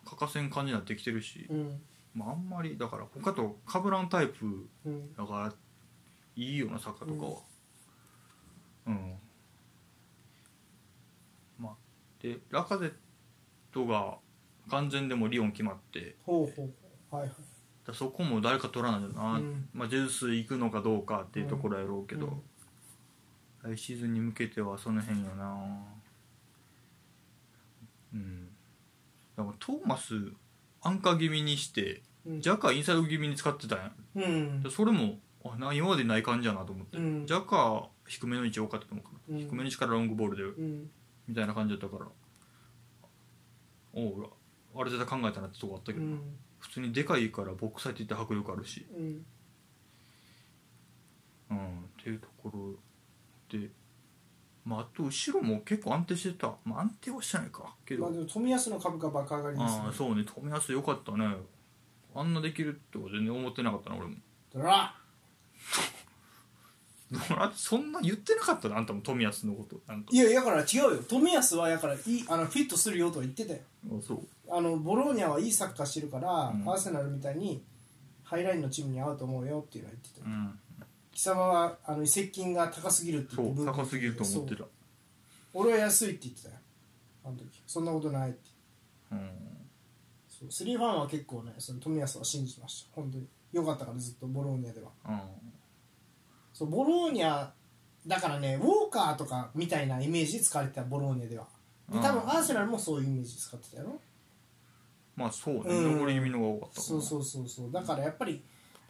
B: 欠かせん感じになってきてるし、
A: うん
B: まあ、あんまりだから他と被らんタイプ
A: うん
B: だからいいよなサッカーとかはうん、まあでラカゼットが完全でもリオン決まって
A: ほうほうはいはい
B: だそこも誰か取らないんだな、
A: うん
B: まあ、ジェズス行くのかどうかっていうところやろうけど、
A: うん
B: 来シーズンに向けてはその辺よなうんでもトーマスアンカー気味にして
A: うん
B: 若干インサイド気味に使ってたんや
A: うん
B: でそれもあな今までない感じやなと思って、
A: うん
B: 若干低めの位置多かったと思うから、
A: うん
B: 低めの位置からロングボールで
A: うん
B: みたいな感じだったからおうあれ絶対考えたなってとこあったけ
A: う
B: ど、
A: ん
B: 普通にでかいからボックス入っていって迫力あるし
A: うん
B: うん、っていうところで、まあ、あと後ろも結構安定してた、まあ、安定はしてないかけど、
A: まあでも富安の株価爆上がりですね
B: ああそうね富安よかったねあんなできるってこと全然思ってなかったな俺も
A: ドラ
B: あそんな言ってなかったなあんたも富安のことなんか
A: いやだから違うよ富安はやからいいあのフィットするよとは言ってたよ
B: あそう
A: あのボローニャはいいサッカーしてるから、
B: うん
A: アーセナルみたいにハイラインのチームに合うと思うよっていうのは言ってたよ、
B: うん
A: 貴様はあの移籍金が高すぎるって
B: そ
A: 言って
B: う
A: ブーブー
B: 高すぎると思って
A: そ
B: た
A: う俺は安いって言ってたよあの時そんなことないって
B: うん
A: そうスリーファンは結構ねその富安は信じてました本当によかったからずっとボローニャでは
B: うん
A: そうボローニャだからねウォーカーとかみたいなイメージで使われてたボローニャではで多分
B: うん
A: アーセナルもそういうイメージで使ってたやろ
B: まあそうね
A: うん
B: 残り気味のが多かったか
A: そ
B: な
A: うそうそうそうだからやっぱり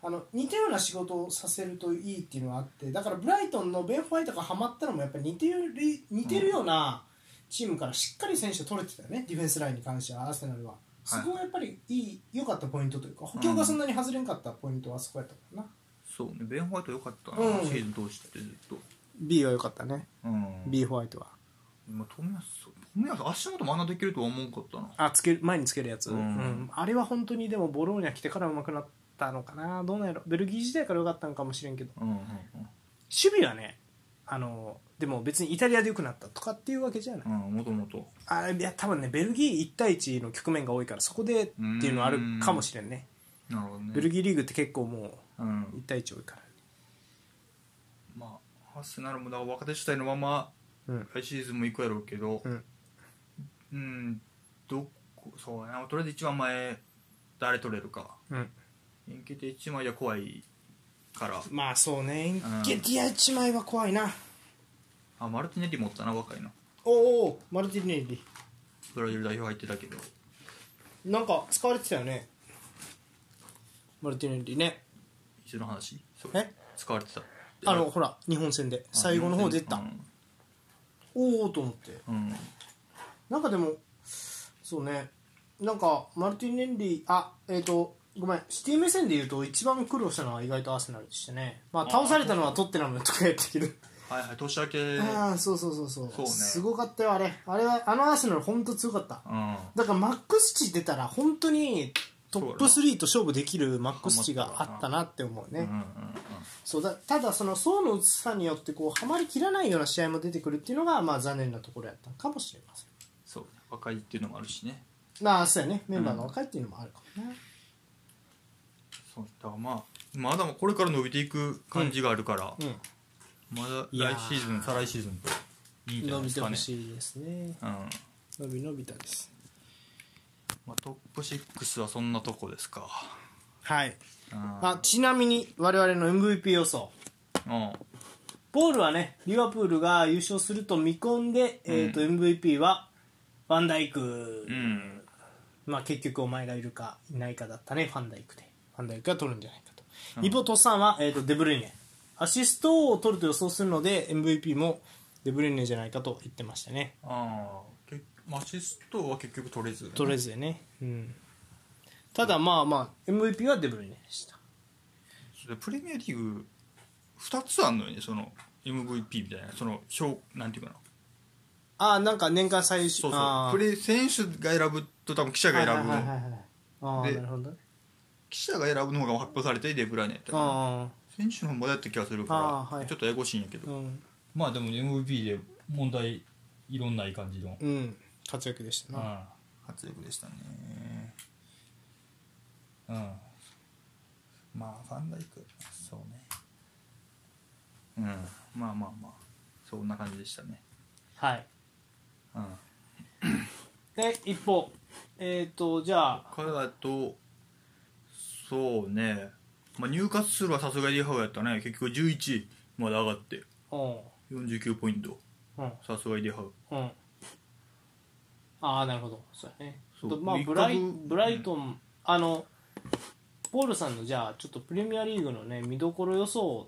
A: あの似たような仕事をさせるといいっていうのはあってだからブライトンのベン・ホワイトがハマったのもやっぱり似てる似てるようなチームからしっかり選手を取れてたよねディフェンスラインに関してはアーセナルはそこがやっぱりいい良かったポイントというか補強がそんなに外れんかったポイントはそこやったからな
B: そうねベン・ホワイトよかったな、
A: うん
B: シーズン通してずっと
A: B は良かったね
B: うん
A: B ホワイトは
B: まあ富安富安足元もあんなできるとは思わんかったな
A: あつける前につけるやつ、
B: うんうん
A: あれは本当にでもボローニャ来てからうまくなったのかなどうなんやろベルギー時代から良かったのかもしれんけど
B: うんうんうん
A: 守備はねあのでも別にイタリアで良くなったとかっていうわけじゃない
B: うん、もともと。
A: あいや多分ねベルギー1対1の局面が多いからそこでっていうのはあるかもしれんね
B: なるほどね。
A: ベルギーリーグって結構もう
B: う。
A: ん1対1多いから、
B: まあ、アスナルもだから若手主体のまま、
A: うん
B: 来シーズンも行くやろうけど、
A: うん
B: うん、どこ、そうやな、とりあえず一番前、誰取れるか。
A: うん、
B: 延期で一枚じゃ怖いから。
A: まあそうねインケティア1枚は怖いな
B: あ、マルティネリ持ったな、若いな。
A: おおマルティネリ
B: ブラジル代表入ってたけど。
A: なんか使われてたよねマルティネリね
B: 一緒の話そう
A: え
B: 使われてた。
A: あのほら日本戦で最後の方出てた、
B: うん
A: おおと思って
B: うん。
A: なんかでもそうねなんかマルティン・レンリーあえっ、とごめんシティ目線で言うと一番苦労したのは意外とアーセナルでしたねまあ倒されたのはトッテナムとかやったけど
B: はいはい、年明け、
A: ああそうそうそうそう
B: そうね
A: すごかったよあれあれはあのアーセナル本当強かった
B: うん。
A: だからマックス値出たら本当にトップ3と勝負できるマックス値があったなって思うね、
B: うんうんうん。
A: そうだただその層の薄さによってこうはまりきらないような試合も出てくるっていうのがまあ残念なところやったのかもしれません
B: そうね、若いっていうのもあるしね。
A: まあそうやねメンバーが若いっていうのもあるかもね、
B: そうだからまあまだこれから伸びていく感じがあるから、
A: うん
B: まだ
A: いや
B: 来
A: ー
B: シーズン再来シーズンといいんじゃ
A: 伸
B: ないで
A: び
B: す
A: て
B: か
A: ほ
B: ね
A: しいですね
B: うん
A: 伸び伸びたです
B: まあ、トップ6はそんなとこですか
A: はい
B: うん
A: あちなみに我々の MVP 予想
B: うん
A: ポールはねリバプールが優勝すると見込んで、えー、と MVP はワンダイク
B: うん
A: まあ、結局お前がいるかいないかだったねファンダイクでファンダイクが取るんじゃないかと、
B: うん
A: 一方トッサンは、えー、とデブルイネアシストを取ると予想するので MVP もデブルイネじゃないかと言ってましたね
B: ああけアシストは結局取れず
A: とりあえずでね、うん、ただまあまあ MVP はデブルイネでした
B: それプレミアリーグ2つあんのよねその MVP みたいなその表なんていうかな
A: ああなんか年間最終
B: そうそ
A: あ
B: う
A: ー
B: プレ選手が選ぶと多分記者が選ぶ
A: はいはいはい
B: の
A: はいああ
B: で
A: なるほどね
B: 記者が選ぶの方が発表されてデブライネやったら
A: あ
B: 選手の方までやった気がする
A: あ
B: か
A: ーは
B: ら
A: い
B: ちょっとややこしいんやけ
A: あう
B: ど
A: ん、
B: まあでも MVP で問題いろんない感じの
A: うん、活躍でしたな、
B: 活躍でしたねうんまあファンダイクそうねうんまあまあまあそんな感じでしたね
A: はい
B: うん
A: で一方えっ、とじゃあ
B: 彼だとそうね、まあ、入荷するはさすがにリハウやったね結局11位まで上がって
A: うん
B: 49ポイント
A: うん
B: さすがにリハウ
A: うんああなるほどそうだね
B: そう
A: とまあ
B: ウィッカ
A: ブライ
B: ブ
A: ブライトン、あのポールさんのじゃあちょっとプレミアリーグのね見どころ予想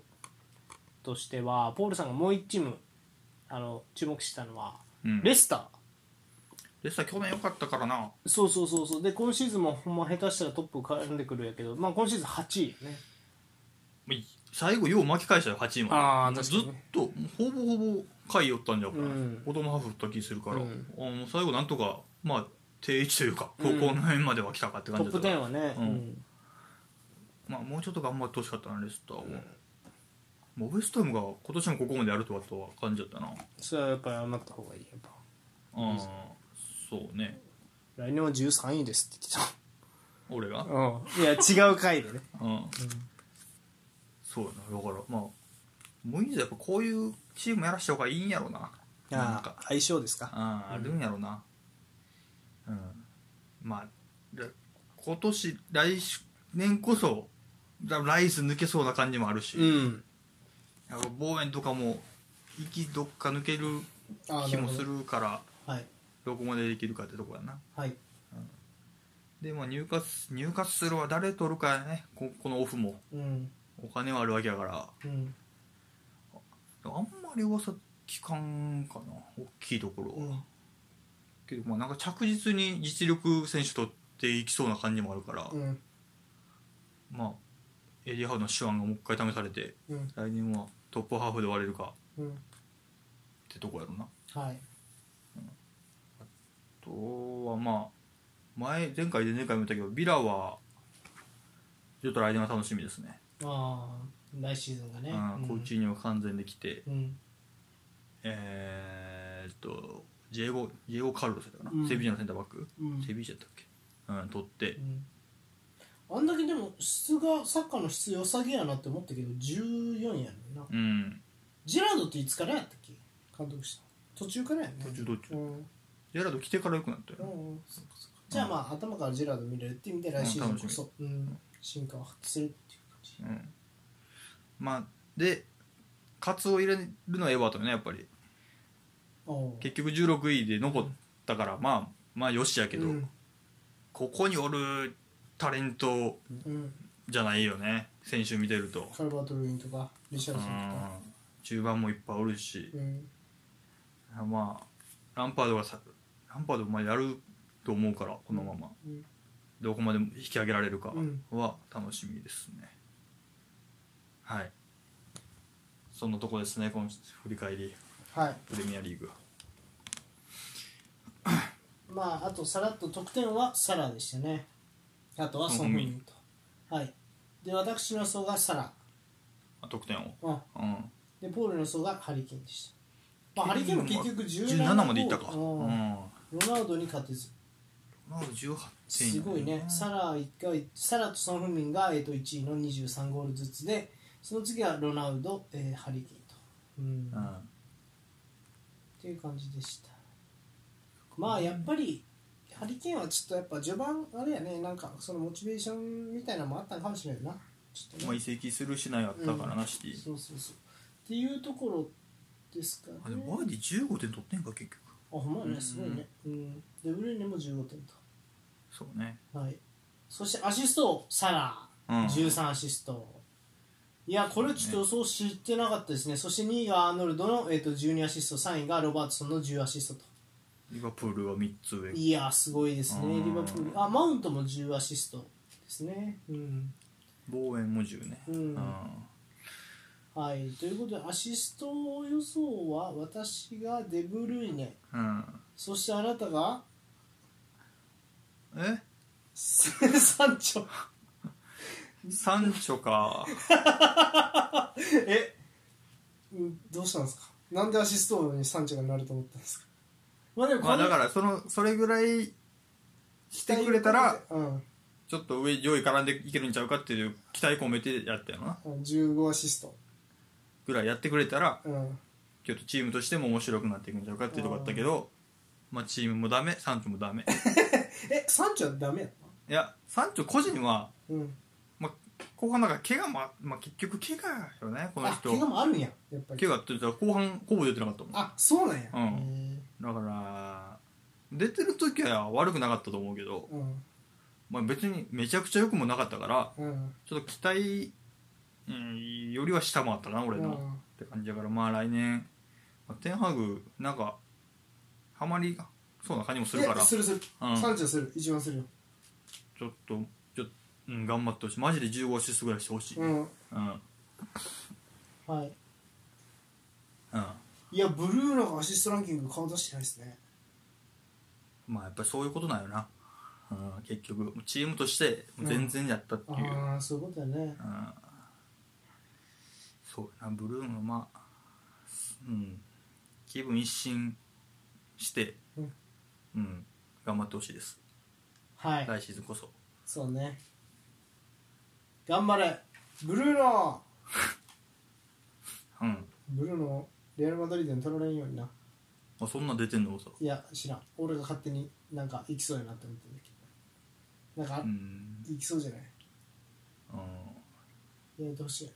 A: としてはポールさんがもう1チームあの注目したのは
B: うん
A: レスター、
B: レスター去年良かったからな
A: そうそうそうそうで今シーズンもほんま下手したらトップ絡んでくるやけど、まあ、今シーズン8位よね
B: まあい最後よう巻き返したよ8位まで
A: あー
B: もう
A: 確かに
B: ずっともうほぼほぼ下位寄ったんじゃんか
A: うん
B: 子供ハーフった気するから、
A: うん
B: あーもう最後なんとかまあ定位置というか、こ
A: うん
B: この辺までは来たかって
A: ト
B: 感
A: ッ
B: じ
A: プ
B: だったか
A: 10
B: ら、
A: はね、
B: うん
A: うん
B: まあ、もうちょっと頑張ってほしかったなレスターは、モブストームが今年もここまでやるとはとは感じだったな
A: それはやっぱり謝った方がいいやっぱ
B: ああそうね
A: 来年は13位ですって言って
B: 俺が
A: たうんいや違う回でね
B: うん、そうやなだからまあもういいんじゃやっぱこういうチームやらした方がいいんやろうななんか
A: ああ相性ですか
B: あああるんやろうなうん、まあら今年来年こそだライス抜けそうな感じもあるし、
A: うん
B: やっぱボーエンとかも息どっか抜ける
A: あ
B: 気もするから
A: はい
B: どこまでできるかってとこやな
A: はい
B: でも入荷す入荷するは誰取るかやねここのオフも
A: うん
B: お金はあるわけやから
A: うん
B: あんまり噂聞かんかな大きいところは、
A: うん
B: けどまあなんか着実に実力選手取っていきそうな感じもあるから、
A: うん
B: まあエリアハウの手腕がもう一回試されて
A: うん
B: 来年はトップハーフで割れるか
A: うん
B: ってとこやろな
A: はい
B: あとはまあ前前回で前回も言ったけどビラはちょっと来年は楽しみですね
A: ああ来シーズンがね
B: うんコーチには完全できて、
A: うん
B: えーっとジェイゴジェイゴ・カルロスだったかな、
A: うん
B: セビージャのセンターバック、
A: うん
B: セビージャだったっけうん取って、
A: うんあんだけでも質がサッカーの質良さげやなって思ったけど14やねんな
B: うん、
A: ジェラードっていつからやったっけ監督したの途中からやね
B: 途中途中
A: うん
B: ジェラード来てから良くなったよ、
A: うんじゃあまあ頭からジェラード見れるって意味で来シーズンこそ、うん、進化を発揮するっていう感じ
B: うん、まあでカツを入れるのはエバートンねやっぱり
A: おう
B: 結局16位で残ったから、まあまあよしやけど、
A: うん
B: ここにおるタレント
A: うん、
B: じゃないよね選手見てると、
A: カルバート・ルインとかリシャ
B: う
A: ルソンと
B: ん
A: か、
B: 中盤もいっぱいおるし
A: う、ん
B: まあランパードがさランパードもまあやると思うからこのまま、
A: うん
B: どこまでも引き上げられるか
A: うん
B: は楽しみですね、はいそんなとこですね今振り返り
A: はい
B: プレミアリーグ
A: まああとさらっと得点はサラでしたねあとはソン・フンミンと、はいで私の予想がサラ、
B: あ得点を
A: うん、
B: うん
A: でポールの予想がハリケーンでした、まあ、ハリケーンも結局17
B: 17までいったかう
A: うんん
B: ロ
A: ロナウドに勝てず
B: ナウド18点
A: すごいね、サラ一回サラとソン・フンミンが、えー、と1位の23ゴールずつで、その次はロナウド、えーハリケーンと、うん
B: うん
A: っ、ていう感じでした。まあやっぱり、ハリケーンはちょっとやっぱ序盤、あれやね、なんかそのモチベーションみたいなのもあったのかもしれないな、ちょっと
B: まあ、
A: ね
B: 移。籍するしないあったからな、シティ
A: そうそうそう。っていうところですかね。
B: あでもバーディ15点取ってんか結局
A: あ、ほんまやね、すごいね。うん、デブルイネも15点と。
B: そうね
A: はい、そしてアシスト、サラ
B: う
A: ー、
B: ん
A: 13アシスト。いや、これちょっと予想知ってなかったですね。そして2位がアーノルドの、えー、と12アシスト、3位がロバートソンの10アシスト
B: リバプールは3つ上
A: と。いや、すごいですね、
B: うん
A: リバプール。あ、マウントも10アシストですね。うん
B: 望遠も10ね
A: うんはい、ということで、アシスト予想は私がデブルイネ、
B: うん
A: そしてあなたが
B: え
A: サンチョ。
B: サンチ ョか
A: えうんどうしたんですかなんでアシスト王にサンチェがなると思ったんですかまあでも
B: まあだかららそのそれぐらいしてくれたら
A: うん
B: ちょっと上上位絡んでいけるんちゃうかっていう期待込めてやったよな
A: 15アシスト
B: ぐらいやってくれたら
A: うん
B: ちょっとチームとしても面白くなっていくんちゃうかっていうとこだったけどまあチームもダメサンチョもダメ
A: えサンチェはダメやっ
B: いやサンチョ個人は
A: たうん
B: 後半なんか怪我もあ、まあ、結局怪我よねこの
A: あ
B: 人
A: 怪我もあるんややっぱり
B: 怪我って言ったら後半ほぼ出てなかったもん
A: あそうなんや
B: うん
A: へ
B: だから出てる時は悪くなかったと思うけど
A: ー、うん
B: まあ、別にめちゃくちゃ良くもなかったから
A: うん
B: ちょっと期待、うん、よりは下回ったな俺の、
A: う
B: っ
A: ん
B: て感じだからまあ来年、まあ、テンハグなんかハマりそうな感じもするか
A: い
B: ら
A: やするする、
B: うん
A: サンチェはする一番するよ
B: ちょっとちょっと、うん、頑張ってほしいマジで15アシストぐらいしてほしい、う
A: う
B: ん
A: ん
B: うん
A: はいいやブルーノがアシストランキング顔出してないですね
B: まあやっぱりそういうことなんよな、うん、結局チームとして全然やったっていう、
A: ああそういうことだね
B: うんそうやなブルームまあうん気分一新して
A: うん
B: うん頑張ってほしいです
A: はい
B: 来シーズンこそ
A: そうね。頑張れブルーノ
B: うん
A: ブルーノレアル・マドリードに取られんようにな。
B: あそんな出てんのさ
A: いや、知らん。俺が勝手になんか行きそうやなって思ってるけど。なんか、
B: うん
A: 行きそうじゃない
B: うん
A: やめてほしい。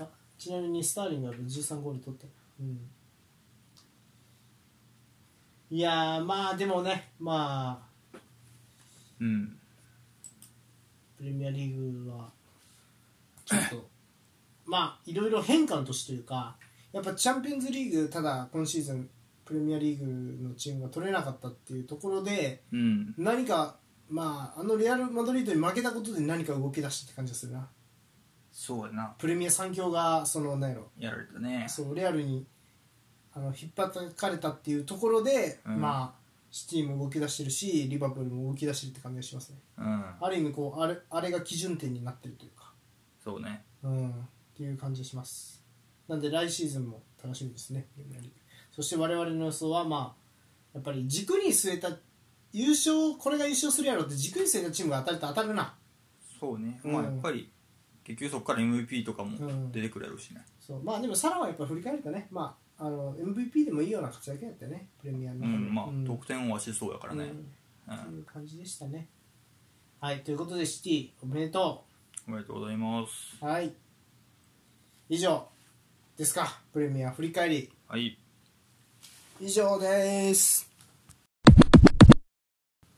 A: あちなみにスターリングは13ゴール取ってる。うん。いやー、まあでもね、まあ、
B: うん
A: プレミアリーグは、ちょっと、まあ、いろいろ変化の年というか、やっぱチャンピオンズリーグ、ただ今シーズン、プレミアリーグのチームが取れなかったっていうところで、
B: うん
A: 何か、まあ、あのレアル・マドリードに負けたことで何か動き出したって感じがするな。
B: そうやな
A: プレミア3強が、その、なんやろ、
B: やられたね
A: そう、レアルにあの引っ張かれたっていうところで、
B: うん
A: まあ、シティも動き出してるし、リバプールも動き出してるって感じがしますね。
B: うん
A: ある意味こうあれ、あれが基準点になってるというか。
B: そうね
A: うん、っていう感じがします。なんで来シーズンも楽しみですね、プレミアリーグそして我々の予想は、まあ、やっぱり軸に据えた優勝、これが優勝するやろって軸に据えたチームが当たると当たるな。
B: そうね
A: うん
B: まあやっぱり結局そこから MVP とか
A: うん
B: も出てくれるしね
A: そうまあ、でもサラはやっぱ振り返るとね、まあ、あの MVP でもいいような活躍やったよね、プレミアの
B: う
A: 中で。
B: んまあ
A: うん
B: 得点王はしそうやからねう
A: うんと
B: ん
A: いう感じでしたね。はい、ということでシティ、おめでと
B: おめでとうございます
A: う。はい。以上ですか、プレミア振り返り。
B: はい
A: 以上です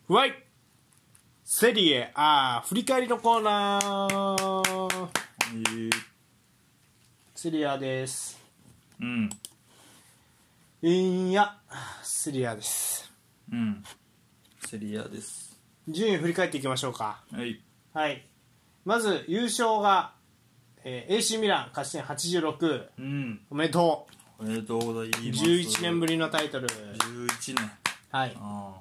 A: はいセリエあ振り返りのコーナー
B: えー
A: セリアです
B: うん
A: いやセリアです
B: うん。セリアです。
A: 順位振り返っていきましょうか
B: はい。
A: はいまず優勝が、えー AC ミラン勝ち点86
B: うん。
A: おめでと
B: おめでとうございうます。
A: 11年ぶ
B: り。
A: りのタイトル
B: 11年。
A: はい
B: あ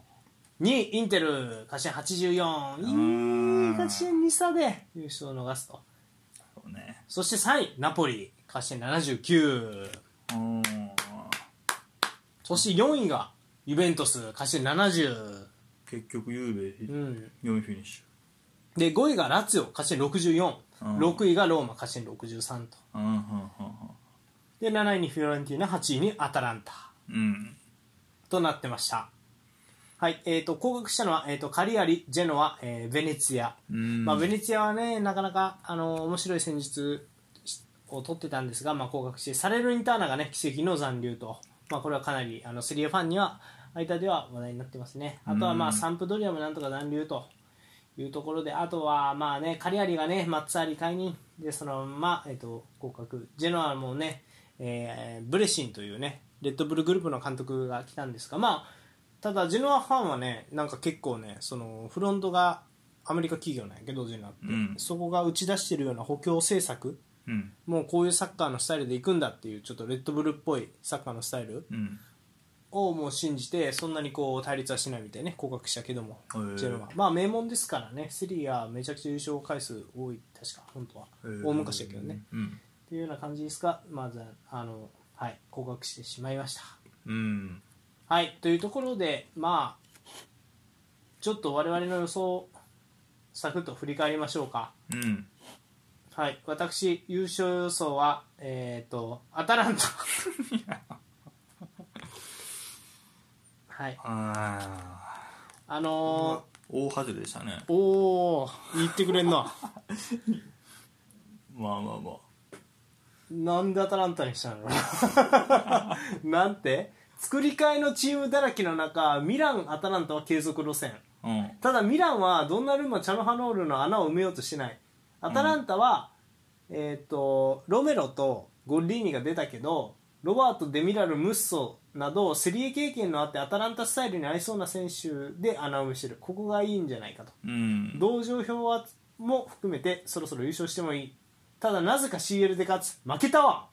A: 2位インテル勝ち点
B: ん
A: 84いい勝ち点2差で優勝を逃すと
B: あ。そうね。
A: そして3位、ナポリ、勝ち点79。
B: うん。
A: そして4位が、ユベントス、勝ち点70。
B: 結局、ゆうべ、
A: うん。
B: 4位フィニッシ
A: で、5位がラツィオ、勝ち点64。
B: うん
A: 6位がローマ、勝ち点63と。
B: ュ。うん、うん、
A: で、7位にフィオレンティーナ、8位にアタランタ。
B: うん。うん。
A: となってました。はい、えーと、降格したのは、えーと、カリアリ、ジェノア、えーベネツィア。
B: うん。
A: まあ、ベネツィアはね、なかなか、あの面白い戦術を取ってたんですが、まあ、降格して、サレル・インターナがね、奇跡の残留と、まあ、これはかなり、あの、セリエファンには、間では話題になってますね。あとはま
B: う
A: あ
B: ん
A: サンプドリアもなんとか残留というところで、あとはまあね、カリアリがね、マッツァーリ解任で、そのまま、えっと降格、ジェノアもね、えーブレシンというね、レッドブルグループの監督が来たんですが、まあ、ただジェノアファンはね、なんか結構ね、そのフロントがアメリカ企業なんやけど、ジェノアって、
B: うん
A: そこが打ち出してるような補強政策、
B: うん
A: もうこういうサッカーのスタイルで行くんだっていう、ちょっとレッドブルっぽいサッカーのスタイル。
B: うん
A: をもう信じてそんなにこう対立はしないみたいね降格したけども
B: へー
A: ジェノはまあ名門ですからねセリアめちゃくちゃ優勝回数多い確か本当は
B: えー
A: 大昔だけどね
B: うん
A: っていうような感じですがまずあのはい降格してしまいました
B: うん
A: はいというところでまあちょっと我々の予想をサクッと振り返りましょうか
B: うん
A: はい私優勝予想はえっ、とアタラ ンタはい
B: あ
A: あ
B: あ
A: のー
B: 大外れでしたね
A: おお言ってくれんな
B: まあまあまあ
A: なんでアタランタにしたの なんて作り替えのチームだらけの中ミランアタランタは継続路線
B: うん
A: ただミランはドンナルンマチャノハノールの穴を埋めようとしないアタランタは、えっ、とロメロとゴッリーニが出たけどロバート・デミラル・ムッソなどセリエ経験のあってアタランタスタイルに合いそうな選手で穴埋めしてるここがいいんじゃないかと
B: うん
A: 同情票はも含めてそろそろ優勝してもいいただなぜか CL で勝つ負けたわ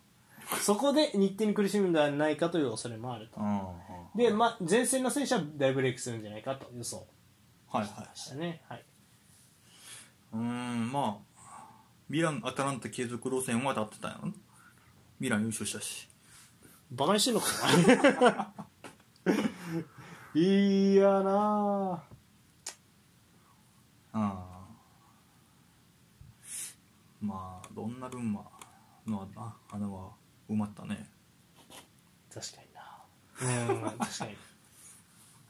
A: そこで日程に苦しむんではないかという恐れもあると
B: うん
A: で、ま、前線の選手は大ブレイクするんじゃないかと予想
B: はいはい
A: でしたね、はい、
B: うーんまあミランアタランタ継続路線は立ってたんやろミラン優勝したし
A: バカにしてんのかな いやなぁ
B: あーまあどんなルンマのあ穴は埋まったね
A: 確かになうん確かに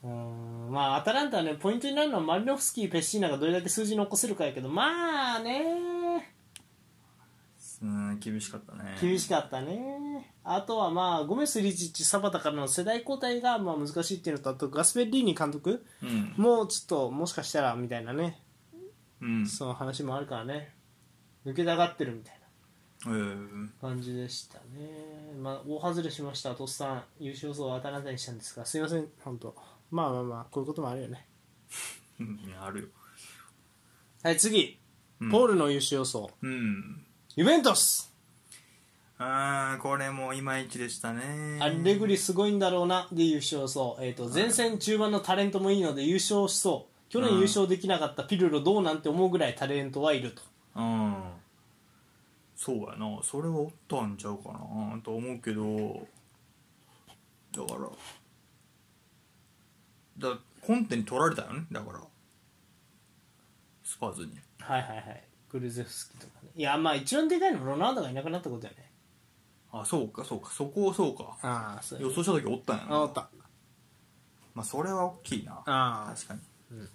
A: うんまあアタランタはねポイントになるのはマリノフスキーペッシーナがどれだけ数字残せるかやけどまあね
B: うーん厳しかったね
A: 厳しかったねあとはまあゴメス・リチッチ・サバタからの世代交代がまあ難しいっていうのとあとガスペッリーニ監督
B: うん
A: もうちょっともしかしたらみたいなね
B: うん
A: その話もあるからね抜けたがってるみたい
B: えー
A: な感じでしたねまあ大外れしましたとっさん優勝予想は当たらないにしたんですがすいません本当まあまあまあこういうこともあるよね
B: うんいやあるよ
A: はい次
B: うん
A: ポールの優勝予想、
B: うん
A: ユベントス
B: あーこれもいまいちでしたね
A: アレグリすごいんだろうなで優勝しそう、えー、と前線中盤のタレントもいいので優勝しそう去年優勝できなかったピルロどうなんて思うぐらいタレントはいると
B: うんそうやなそれはおったんちゃうかなと思うけどだからだコンテに取られたよねだからスパーズに
A: はいはいはいクルゼフスキとかねいやまあ一番でかいのはロナウドがいなくなったことだよね
B: あそうかそうかそこをそうか
A: ああそう
B: 予想した時おったんやな
A: あおった
B: まあそれは大きいな
A: ああ
B: 確かに、
A: うん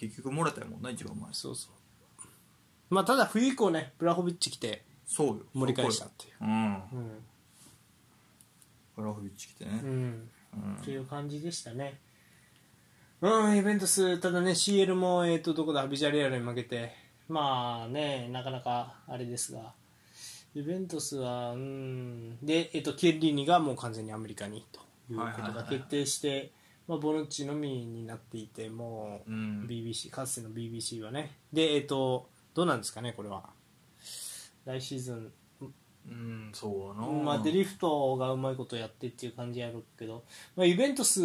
B: 結局もらったやもんな一番前
A: そうそうまあただ冬以降ねブラホビッチ来て
B: そうよ
A: 盛り返したっ
B: そ
A: ていう
B: こようん
A: うん、
B: ブラホビッチ来て
A: う
B: ね
A: ん、
B: うん
A: という感じでしたねうんイベントスただね CL もえっ、とどこだビジャレアルに負けてまあねなかなかあれですがイベントスはうんで、えっとキエリーニがもう完全にアメリカにということが決定して、まあ、ボノッチのみになっていてもう
B: うん
A: BBC かつての BBC はねでえっ、とどうなんですかねこれは来シーズン
B: うんそうやな
A: まあ、デリフトがうまいことやってっていう感じやろうけど、まあ、ユベントス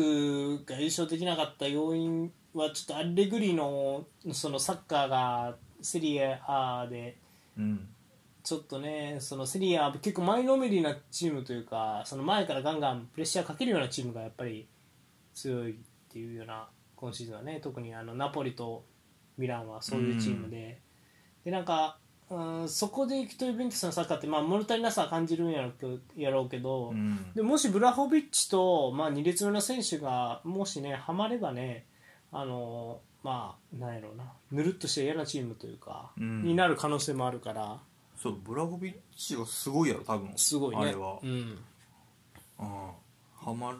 A: が優勝できなかった要因はちょっとアレグリのそのサッカーがセリエ A で
B: うん
A: ちょっとねそのセリエ A 結構前のめりなチームというかその前からガンガンプレッシャーかけるようなチームがやっぱり強いっていうような今シーズンはね特にあのナポリとミランはそういうチームで、でなんか、うん、そこで行くとユベントスのサッカーって、まあ、物足りなさは感じるんやろうけどやろうけど、
B: うん
A: でもしブラホビッチと、まあ、2列目の選手がもしねはまればねあのまあなんやろうなぬるっとした嫌なチームというか、
B: うん
A: になる可能性もあるから
B: そうブラゴビッチはすごいやろ多分
A: すごいね
B: あれは
A: うん、
B: うんハマ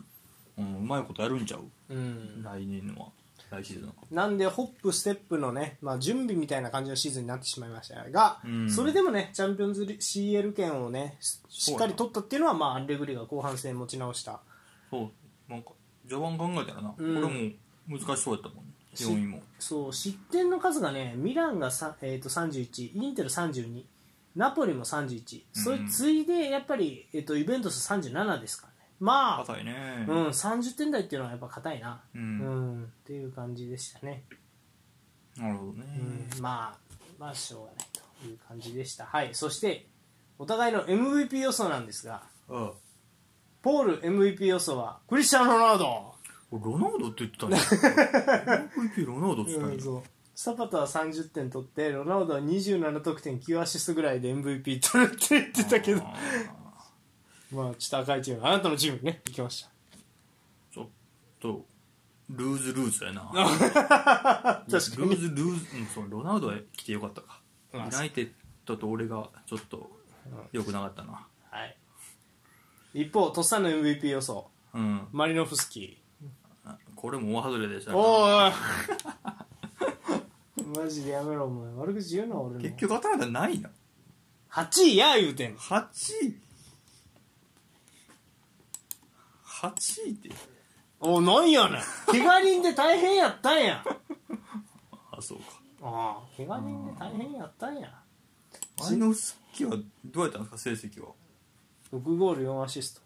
B: うん、うまいことやるんちゃう
A: うん
B: 来年のは来シーズンは
A: なんでホップステップのね、まあ、準備みたいな感じのシーズンになってしまいましたが、
B: うん
A: それでもねチャンピオンズリ CL 権をねしし
B: そう
A: っ
B: やな
A: かり取ったっていうのは、まあ、アンレグリが後半戦持ち直した
B: そうなんか序盤考えたらな、
A: うん
B: これも難しそうやったもんね
A: し
B: 要因も
A: そう失点の数がねミランがさ、えー、と31インテル32ナポリも31それ
B: うん
A: 次いでやっぱり、えー、とイベントス37ですからねまあ、
B: 硬いね
A: うん、30点台っていうのはやっぱ硬いな、
B: う
A: うん
B: ん
A: っていう感じでしたね、
B: なるほどね
A: うん、まあまあしょうがないという感じでしたはいそしてお互いの MVP 予想なんですが
B: ああ
A: ポール MVP 予想はクリスチャン・ロナウド
B: 俺ロナウドって言って たね MVP ロナウドって言ってたね
A: そうサパタは30点取ってロナウドは27得点9アシストぐらいで MVP 取るって言ってたけど
B: ああ
A: まあちょっと赤いチームあなたのチームにね行きました
B: ちょっとルーズルーズやな
A: 確かに
B: ルーズルーズ、うん、そうロナウドは来てよかったか
A: まあ
B: ユナイテッドと俺がちょっと良くなかったな
A: はい一方とっさの MVP 予想
B: うん
A: マリノフスキ
B: これも大外れでした
A: ー
B: ね
A: おいマジでやめろお前悪口言うな俺の
B: 結局当たらないないな
A: 8位や言うてんの
B: 8位8位って
A: おなんやねん怪我人で大変やったんや
B: あそうか
A: ああ怪我人で大変やったんや
B: マリノフスキはどうやったんですか成績は
A: 6ゴール4アシスト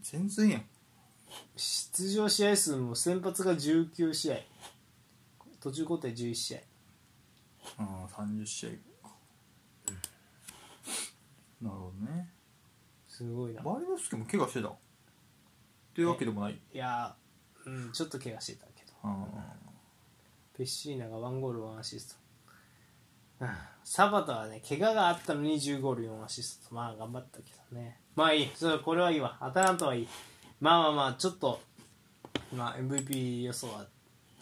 B: 全然やん
A: 出場試合数も先発が19試合途中交代11試合
B: ああ30試合かなるほどね
A: すごいない
B: マリノフスキも怪我してたっていうわけでもない
A: やーうんちょっと怪我してたけど
B: あ
A: ペッシーナが1ゴール1アシストうんサバタはね怪我があったのに10ゴール4アシストまあ頑張ったけどねまあいいそれこれはいいわアタランタはいいまあまあまあちょっと、まあ、MVP 予想は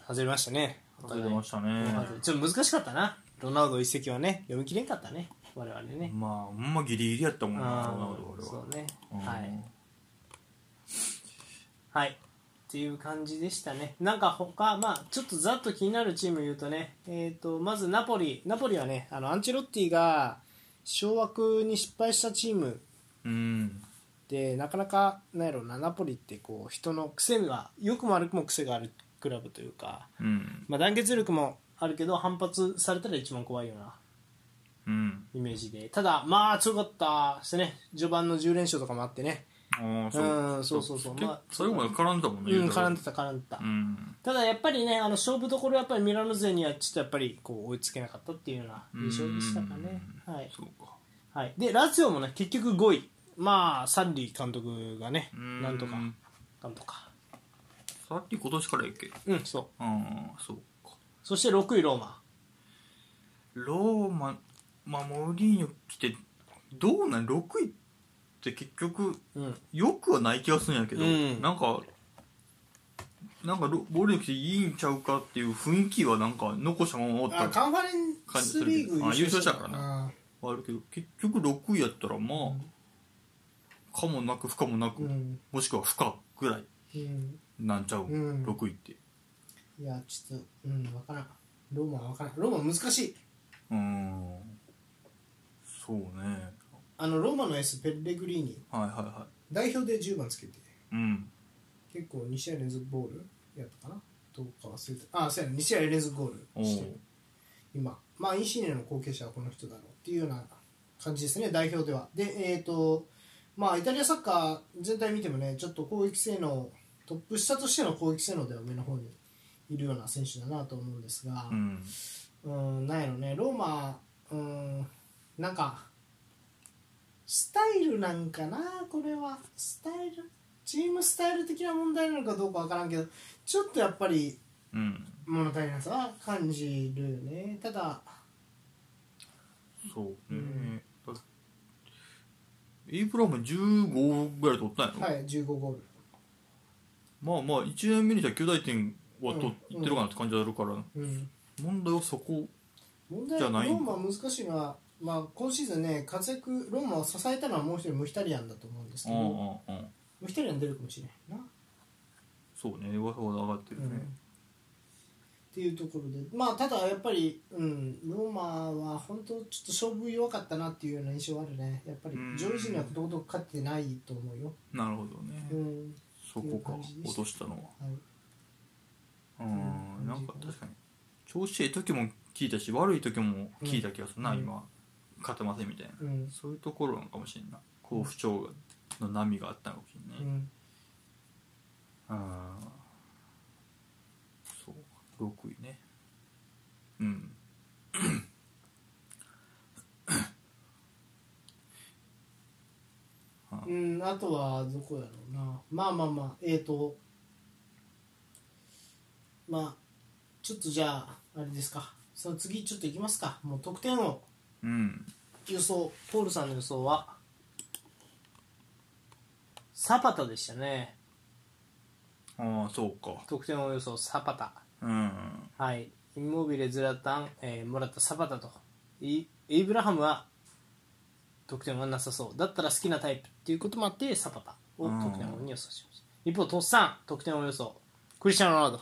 A: 外れましたね
B: あ外れましたね
A: ちょっと難しかったなロナウド一席はね読み切れんかったね我々ね、
B: まあほんまギリギリやったもんな
A: あ
B: ロナウド
A: ー
B: 俺
A: そ
B: は
A: うね
B: うん
A: はいはいっていう感じでしたねなんか他まあちょっとざっと気になるチーム言うとねえーとまずナポリナポリはねあのアンチェロッティが掌握に失敗したチーム
B: うん
A: でなかなかなんやろうなナポリってこう人の癖が良くも悪くも癖があるクラブというか、
B: うん
A: まあ、団結力もあるけど反発されたら一番怖いような
B: うん
A: イメージでただまあ強かったですね序盤の10連勝とかもあってね
B: ああ
A: うんそうそうそう
B: 結
A: まあ
B: 最後まで絡んでたもんね
A: うん
B: 言たら
A: 絡んでた絡んでた、
B: うん
A: ただやっぱりねあの勝負どころやっぱりミラノ勢にはちょっとやっぱりこう追いつけなかったっていうような印象でしたかね、はい
B: そうか
A: はい、でラツィオもね結局5位まあサッリー監督がね
B: うん
A: なんとかなんとか
B: さっき今年からやっけ
A: うんそう
B: ああそうか
A: そして6位ローマ
B: ローマまあモーリーニョ来てどうなん6位って結局
A: うん
B: よくはない気がするんやけど、
A: うん
B: なんかなんかロボールに来ていいんちゃうかっていう雰囲気はなんか残したまま終わった
A: カンファレン
B: スリーグ優勝したから
A: な
B: はあるけど結局6位やったらまあ、かもなく不可もなく、
A: うん
B: もしくは不可ぐら
A: う
B: い
A: ん
B: なんちゃう、
A: うん
B: 6位って
A: いやちょっとうん分からんローマは分からんローマ難しいう
B: ーんそうね
A: あのローマのエースペレグリーニ
B: はいはいは
A: 代表で10番つけて
B: いうん
A: 結構2試合連続ゴールやったかなどうか忘れてあそうやね2試合連続ゴー
B: お
A: ルして
B: う
A: 今まあインシーネの後継者はこの人だろうっていうような感じですね代表ではでえっ、とまあイタリアサッカー全体見てもねちょっと攻撃性能トップ下としての攻撃性能では上の方にいるような選手だなと思うんですが
B: うん
A: うんなんやろねローマうんなんかスタイルなんかなこれはスタイルチームスタイル的な問題なのかどうかわからんけどちょっとやっぱり
B: うん
A: 物足りなさは感じるよねただ
B: そう
A: うん
B: ね、だイープラム15ぐらい取ったんやろ、
A: はい15ゴール
B: まあまあ1年目にじゃあ9大点は取
A: うん
B: ってるかなって感じあるか
A: う
B: ら、
A: ん、問
B: 問題はそこ
A: 題
B: じ
A: は
B: ゃ
A: ロ
B: ない
A: ーマ難しいのは、まあ、今シーズンね活躍ローマを支えたのはもう一人ムヒタリアンだと思うんですけ
B: う
A: ど
B: んうんうん
A: ムヒタリアン出るかもしれないな
B: そうねわざわざ上がってる
A: うんっ
B: ね、
A: ていうところでまあただやっぱり、うん、ローマは本当ちょっと勝負弱かったなっていうような印象はあるねやっぱり
B: うん
A: 上位陣にはことごとく勝ってないと思うよ、
B: なるほどね、
A: うん
B: そこか
A: っていう感じでし
B: 落
A: た
B: としたのは
A: はい、
B: う
A: うんん
B: なんか確かに調子いい時も聞いたし悪い時も聞いた気がするな、
A: うん
B: 今勝てませんみたいな、
A: うん
B: そういうところなのかもしれんない好不調の波があったのかもしれ
A: う
B: ない、
A: ん
B: ああそう6位ねうんあ
A: うん、あとはどこやろうなまあまあまあえっ、ー、とまあちょっとじゃああれですかその次ちょっといきますかもう得点を
B: うん
A: 予想ポールさんの予想はサパタでしたね
B: ああそうか
A: 得点を予想サパタ
B: うん
A: はいインモビレズラタン、えー、もらったサパタとイエイブラハムは得点はなさそうだったら好きなタイプっていうこともあってサパタを得点王に予想しました一方トッサン得点を予想クリスチャン・ロナウド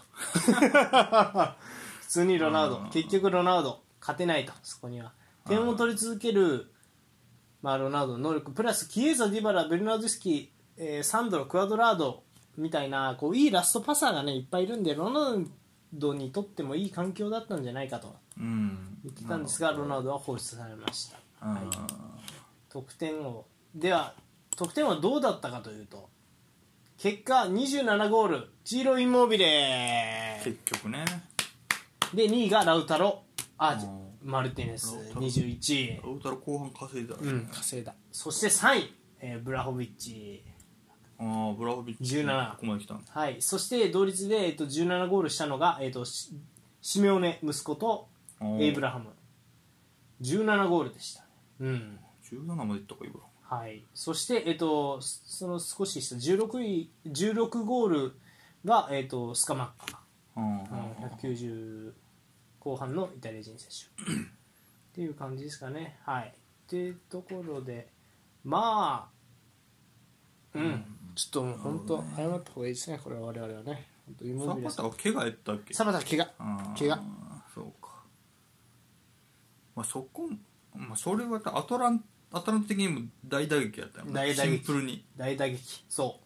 A: 普通にロナウド
B: うん
A: 結局ロナウド勝てないとそこには点を取り続けるまあ、ロナウドの能力プラスキエザ・ディバラベルナードゥスキ、えーサンドロクアドラードみたいなこういいラストパサーが、ね、いっぱいいるんでロナウドにとってもいい環境だったんじゃないかと
B: うん
A: 言ってたんですがロナウドは放出されました
B: うん
A: 得点王では得点はどうだったかというと結果27ゴールジーロ・インモービレ
B: 結局ね
A: で2位がラウタロアージ
B: うん
A: マルティネス
B: ラウタロ
A: 21位
B: ロータル後半稼いだね、
A: うん稼いだそして3位、えーブラホビッチ
B: ああブラホビッチ
A: 17
B: ここまで来たんだ
A: はい、そして同率で、えっと、17ゴールしたのが、えっと、シシメオネ息子とエイブラハム17ゴールでした、うん
B: 17までいったかエイブラ
A: はい、そして、えっと、すその少し下16位16ゴールが、えっと、スカマッカ、
B: ハム
A: うん190後半のイタリア人選手っていう感じですかねはいっていうところでまあうん、ちょっともう本当謝った方がいいですねこれは我々はね本当イモビレ
B: サパタは怪我やったっけ
A: サバタ怪我
B: あー
A: 怪我
B: そうかまあそこもまあそれはアトランアトランタ的にも大打撃やったよね
A: 大打撃
B: シンプルに
A: 大打撃そ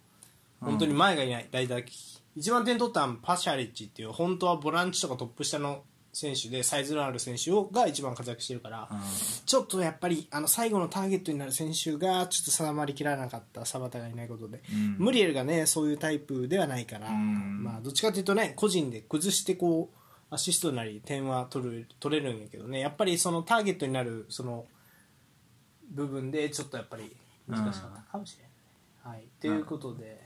A: う本当に前がいない大打撃一番点取ったのはパシャリッチっていう本当はボランチとかトップ下の選手でサイズのある選手をが一番活躍してるから
B: あ
A: ちょっとやっぱりあの最後のターゲットになる選手がちょっと定まりきらなかったサバタがいないことで、
B: ん
A: ムリエルがねそういうタイプではないから、
B: ん
A: まあ、どっちかというとね個人で崩してこうアシストなり点は取る取れるんやけどねやっぱりそのターゲットになるその部分でちょっとやっぱり難しかったかもしれない、はい、ということで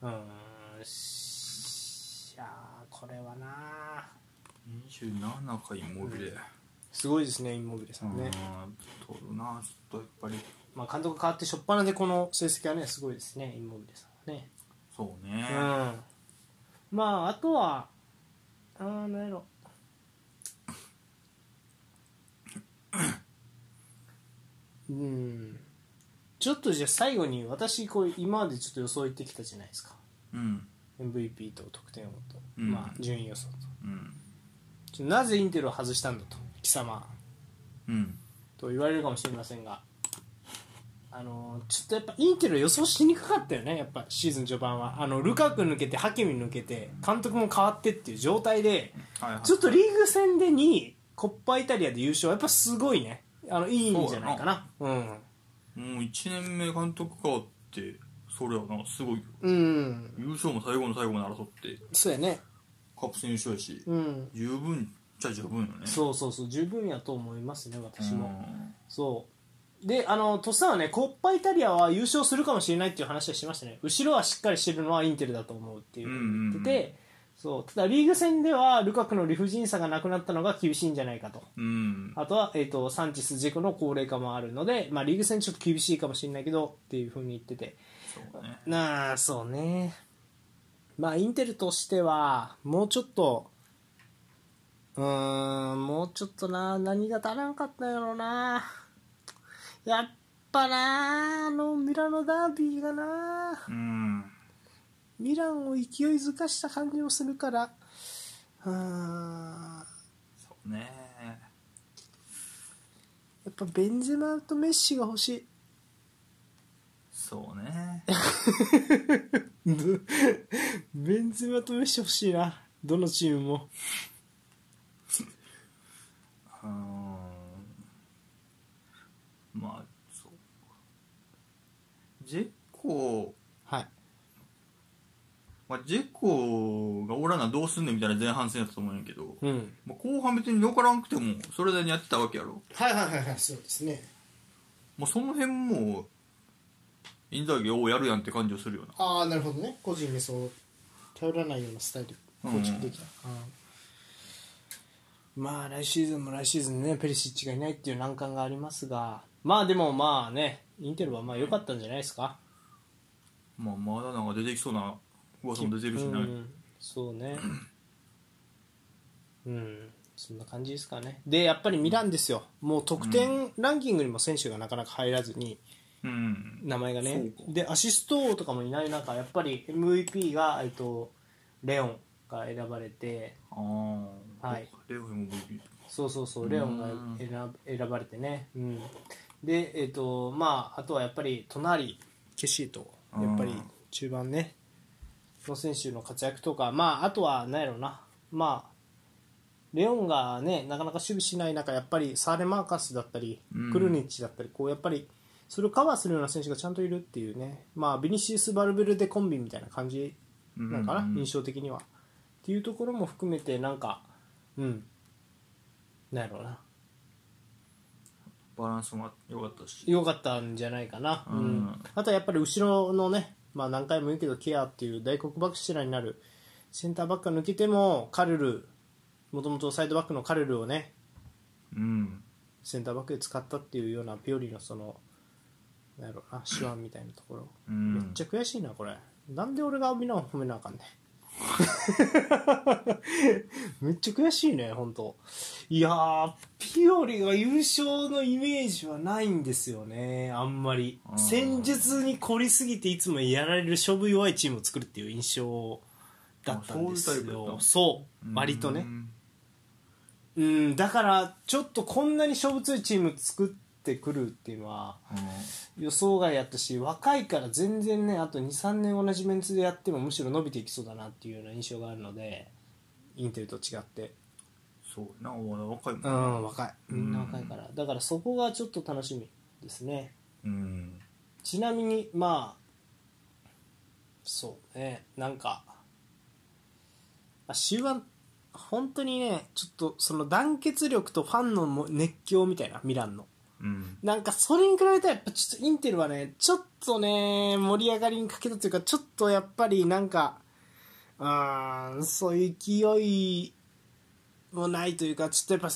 A: うーんしいやーこれはな
B: 27回モビレ
A: すごいですねインモビレさ
B: うん
A: ね、
B: 取るなちょっとやっぱり
A: まあ、監督変わって初っ端でこの成績はねすごいですねインモビレさんはね
B: そうね
A: うんまああとはあーなんやろうんちょっとじゃあ最後に私こう今までちょっと予想言ってきたじゃないですか
B: うん、
A: MVP と得点王と、
B: うん
A: まあ順位予想と
B: うん
A: ちょなぜインテルを外したんだと貴様
B: うん
A: と言われるかもしれませんがあのちょっとやっぱインテルは予想しにくかったよねやっぱシーズン序盤はあのルカク抜けてハケミ抜けて監督も変わってっていう状態で
B: はいはい
A: ちょっとリーグ戦で2位コッパイタリアで優勝はやっぱすごいねあのいいんじゃないかなうん、
B: もう1年目監督変わってそれはなすごいよ
A: うん、
B: 優勝も最後の最後まで争って
A: そうやね
B: カップ戦優勝やし、
A: うん
B: 十分じゃ十分よね
A: そうそうそう十分やと思いますね私も、
B: うん
A: そうであのトッサンはねコッパイタリアは優勝するかもしれないっていう話はしてましたね後ろはしっかりしてるのはインテルだと思うっていう言ってて、
B: うんうん
A: そうただリーグ戦ではルカクの理不尽さがなくなったのが厳しいんじゃないかと
B: うん
A: あとは、えー、とサンチェス・ジェコの高齢化もあるので、まあ、リーグ戦ちょっと厳しいかもしれないけどっていうふうに言ってて
B: そうね
A: なあそうねまあインテルとしてはもうちょっとうーんもうちょっとな何が足らんかったんやろなやっぱなあのミラノダービーがな
B: うん
A: うミランを勢いづかした感じもするからうーん
B: そうね
A: やっぱベンゼマとメッシが欲し
B: そうね
A: い ベンゼマとメッシ欲しいなどのチームも
B: うーんまあそうジェコ
A: はい
B: まあ、ジェコがおらなどうすんねんみたいな前半戦やったと思うんやけど、
A: うん
B: まあ、後半別によからんくてもそれなりにやってたわけやろ
A: はいはいはいはいそうですね
B: もうその辺もインザーギをやるやんって感じをするよな
A: ああなるほどね個人にそう頼らないようなスタイル構築できた、うんまあ来シーズンも来シーズンねペリシッチがいないっていう難関がありますがまあでもまあねインテルはまあ良かったんじゃないですか
B: まあ、まだなんか出てきそうな噂も出てるし
A: う
B: な、
A: ん、そうねうんそんな感じですかねでやっぱりミランですよもう得点ランキングにも選手がなかなか入らずに
B: うん
A: 名前がね
B: そうか
A: でアシスト王とかもいない中やっぱり MVP が、えっと、レオンが選ばれて
B: ああ、
A: はい、
B: レオフも MVP
A: そうそうそうレオンが
B: うん
A: 選ば選ばれてね、うん、でえっ、とまああとはやっぱり隣ケシーとやっぱり
B: うん
A: 中盤ねの選手の活躍とかまああとは何やろうなまあレオンがねなかなか守備しない中やっぱりサーレマーカスだったり、
B: うん
A: クルニッチだったりこうやっぱりそれをカバーするような選手がちゃんといるっていうねまあビニシウス・バルベルデコンビみたいな感じなんかな、
B: うん
A: 印象的には。っていうところも含めてなんかうんなんやろうな
B: バランスも良かったし
A: 良かったんじゃないかな、うん
B: うん
A: あとはやっぱり後ろのね、まあ、何回も言うけどケアっていう大黒柱になるセンターバックが抜けてもカルルもともとサイドバックのカルルをね
B: うん
A: センターバックで使ったっていうようなピオリのそのなんやろうな手腕みたいなところ、
B: うん
A: めっちゃ悔しいなこれなんで俺がみんなを褒めなあかんねん めっちゃ悔しいね本当いやーピオリが優勝のイメージはないんですよねあんまり
B: うん
A: 戦術に凝りすぎていつもやられる勝負弱いチームを作るっていう印象だったんです
B: あそういうタイプだっ
A: よ
B: た
A: そう割とね、
B: うん
A: うんだからちょっとこんなに勝負強いチーム作ってくるっていうのは予想外やったし若いから全然ねあと23年同じメンツでやってもむしろ伸びていきそうだなっていうような印象があるのでインテルと違って
B: そうなまだ若いもん
A: う
B: な、
A: ん若いみんな若いからだからそこがちょっと楽しみですね
B: うん
A: ちなみにまあそうねなんかあ終盤本当にねちょっとその団結力とファンのも熱狂みたいなミランの
B: うん
A: なんかそれに比べたらやっぱちょっとインテルはねちょっとね盛り上がりに欠けたというかちょっとやっぱりなんかうーんそういう勢いもないというかちょっとやっぱ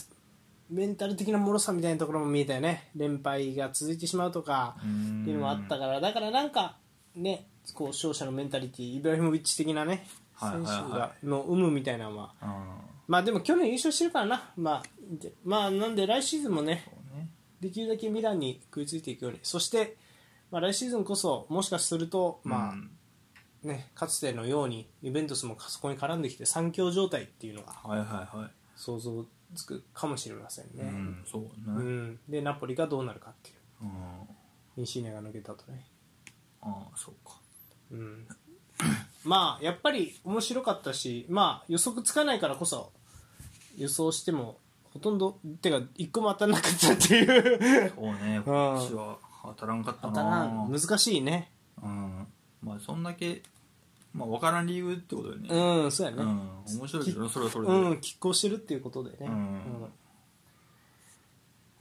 A: メンタル的な脆さみたいなところも見えたよね連敗が続いてしまうとか
B: うん
A: っていうのもあったからだからなんかねこう勝者のメンタリティイブラヒモビッチ的なね
B: はいはい
A: 選
B: は
A: 手
B: い
A: がの有無みたいなのは
B: あ
A: まあでも去年優勝してるからなまあでまあなんで来シーズンもね
B: ーそうね
A: できるだけミランに食いついていくようにそして、まあ、来シーズンこそもしかすると、ま
B: うん
A: あね、かつてのようにユベントスもそこに絡んできて三強状態っていうのが
B: はいはいはい
A: 想像つくかもしれません
B: う
A: ね、
B: んそうね
A: う
B: うん
A: ん、でナポリがどうなるかっていう
B: あ
A: インシーニャが抜けたとね、
B: あそうか
A: うん、 まあやっぱり面白かったし、まあ、予測つかないからこそ予想してもほとんどてか一個も当たらなかったっていう
B: そうね今年は当たらんかった
A: 当
B: な
A: たらん難しいね
B: うんまあそんだけまあ分からん理由ってことよね
A: うんそうやね、
B: うん面白いけどねそれはそれで
A: うん、拮抗してるっていうことでね、
B: うん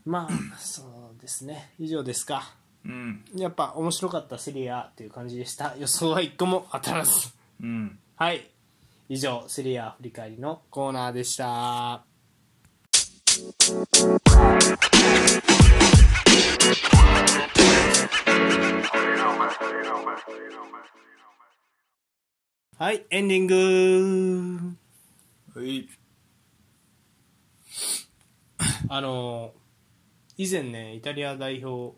A: まあそうですね以上ですか
B: うん
A: やっぱ面白かったセリアという感じでした予想は一個も当たらず
B: うん
A: はい以上セリア振り返りのコーナーでしたはいエンディング
B: はい
A: あの以前ねイタリア代表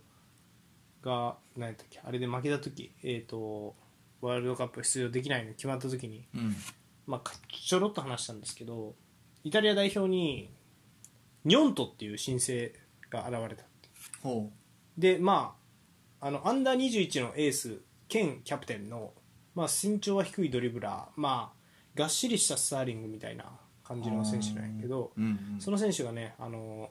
A: が何やったっけあれで負けた時えっ、とワールドカップ出場できないの決まった時に、
B: うん
A: まあ、かちょろっと話したんですけどイタリア代表にニョントっていう新星が現れた
B: ほ
A: でまああのアンダー21のエース兼キャプテンの、まあ、身長は低いドリブラー、まあ、がっしりしたスターリングみたいな感
B: う
A: じの選手なんやけど、
B: うんうん、
A: その選手がねあの、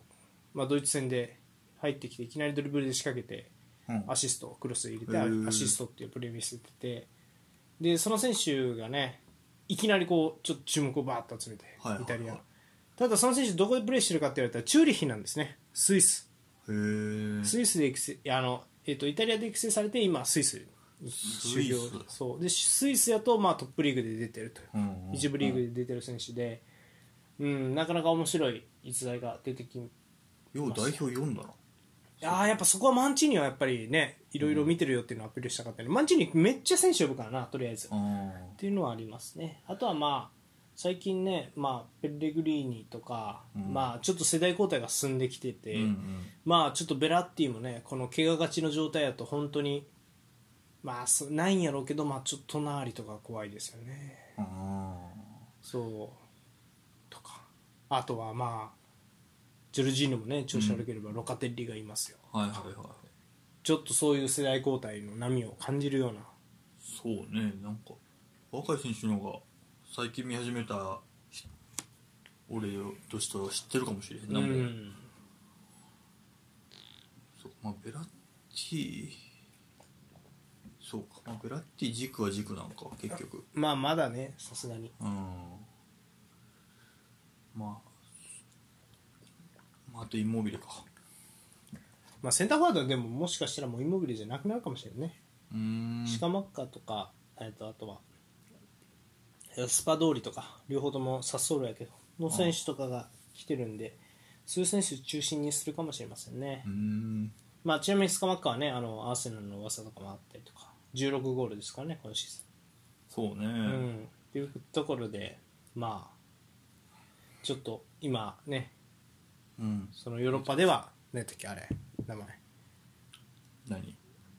A: まあ、ドイツ戦で入ってきていきなりドリブルで仕掛けて
B: うん
A: アシストクロス入れ
B: へ
A: て
B: ー
A: アシストっていうプレー見せててでその選手がねいきなりこうちょっと注目をバーッと集めて、
B: はいはいはい
A: イタリアのただその選手どこでプレーしてるかって言われたらチューリッヒなんですねスイス
B: へえ
A: スイスで育成いやあの、えっとイタリアで育成されて今スイスに
B: ス
A: 修
B: イ
A: 行
B: ス
A: そうでスイスやと、まあ、トップリーグで出てるという、
B: うんうん
A: 一部リーグで出てる選手で、うん、なかなか面白い逸材が出てき
B: よう代表読んだな
A: あーやっぱそこはマンチーニはやっぱりねいろいろ見てるよっていうのをアピールしたかったねマンチーニめっちゃ選手呼ぶからなとりあえずっ
B: あ
A: ていうのはありますねあとはまあ最近ね、まあ、ペレグリーニとか、
B: うん
A: まあ、ちょっと世代交代が進んできてて、
B: ーうんうん
A: まあちょっとベラッティもねこの怪我がちの状態だと本当にまあそないんやろうけどまあちょっとなーりとか怖いですよね
B: あ
A: そうとかあとはまあジョルジーノもね調子悪ければロカテッリがいますよ、
B: ーはいはいはい
A: ちょっとそういう世代交代の波を感じるような
B: そうねなんか若い選手の方が最近見始めたひ俺としては知ってるかもしれへんな、
A: う
B: もうんそうまあベラッティそうか、まあ、ベラッティ軸は軸なんか結局
A: まあまだねさすがに
B: うんまあまああとインモビルか
A: まあセンターフォワードはでももしかしたらもうインモビリじゃなくなるかもしれないね
B: うーん
A: シカマッカとか、えっとあとはえースパ通りとか両方ともサッソールやけどの選手とかが来てるんで、そういう選手中心にするかもしれませんね、
B: うーん
A: まあ、ちなみにスカマッカはねあのアーセナルの噂とかもあったりとか16ゴールですからね今シーズ
B: そう
A: ン。う
B: ね、
A: んっていうところでまあちょっと今ね
B: うん、
A: そのヨーロッパでは何やったっけあれ名前
B: 何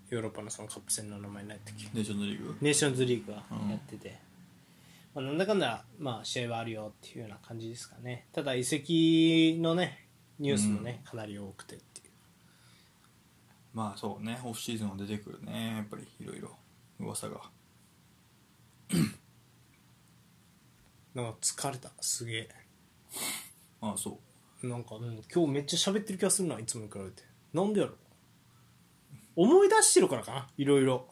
A: ヨーロッパのそのカップ戦の名前何やったっけ
B: ネーションズリーグ、
A: ネーションズリーグはやってて、まあ、なんだかんだ、まあ、試合はあるよっていうような感じですかねただ移籍のねニュースもね、かなり多くてっていう
B: まあそうねオフシーズンは出てくるねやっぱりいろいろ噂が
A: なんか疲れたすげえ
B: ああそう
A: なんか、うん、今日めっちゃ喋ってる気がするないつもに比べてなんでやろ思い出してるからかないろいろ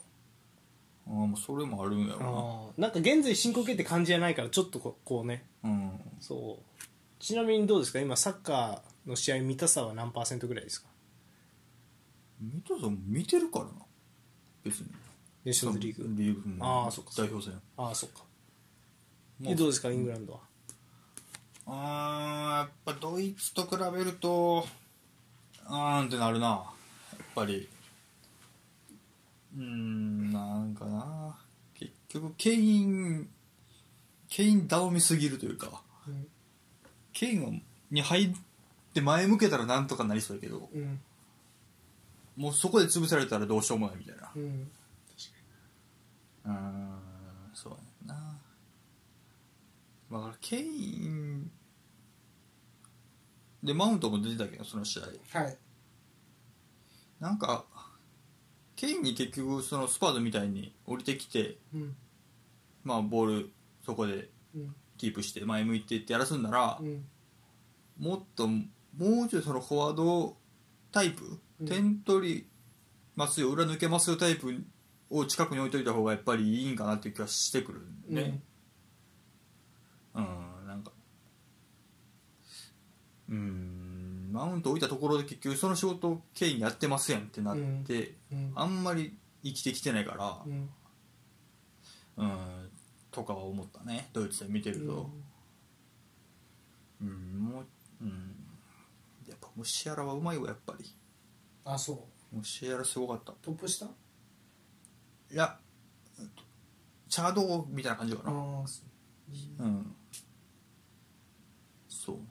B: ああもうそれもあるんやろ
A: なんか現在進行形って感じじゃないからちょっとここうね
B: なうん
A: そうちなみにどうですか今サッカーの試合見たさは何パーセントぐらいですか
B: 見たさん見てるからな別に
A: ネーションズリーグ
B: リーグうん
A: ああそっか
B: 代表戦
A: ああそっか
B: も
A: えどうですかイングランドは
B: あーやっぱドイツと比べるとあーんってなるなやっぱりうーんなんかな結局ケインケイン倒みすぎるというか
A: うん
B: ケインはに入って前向けたらなんとかなりそうやけど
A: うん
B: もうそこで潰されたらどうしようもないみたいな
A: うん
B: うーんそうやなだからケインでマウントも出てたけどその試合
A: はい
B: なんかケインに結局そのスパードみたいに降りてきて
A: うん
B: まあボールそこで
A: うん
B: キープして前向いてってやらすんなら、
A: うん
B: もっともうちょいそのフォワードタイプ、
A: うん
B: 点取りますよ裏抜けますよタイプを近くに置いといた方がやっぱりいいんかなっていう気はしてくるんで、うん、なんか、うん、マウント置いたところで結局その仕事をケインやってますやんってなって、
A: うん
B: あんまり生きてきてないか
A: うん
B: ら、うん、とかは思ったね、ドイツで見てると。うん、もう、うん、やっぱムシアラはうまいわ、やっぱり。
A: あそう
B: ムシアラすごかった。
A: トップ下
B: いや、チャードみたいな感じかな。
A: あ
B: うんそうね。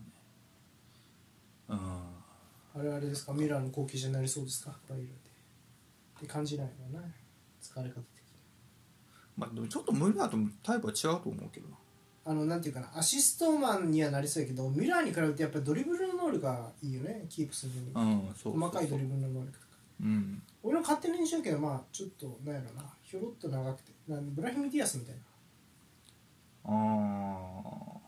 B: うん。
A: あれあれですかミラーの後継者になりそうですかバイエルンでって感じないのね疲れかけてきて
B: まあ、でもちょっと無理だとタイプは違うと思うけどな
A: あのなんていうかなアシストマンにはなりそうやけどミラーに比べてやっぱりドリブルの能力がいいよねキープするに
B: うんそうそうそう
A: 細かいドリブルの能力とか
B: うん
A: 俺の勝手な印象やけどまあちょっとなんやろなひょろっと長くてなんブラヒム・ディアスみたいな
B: ああ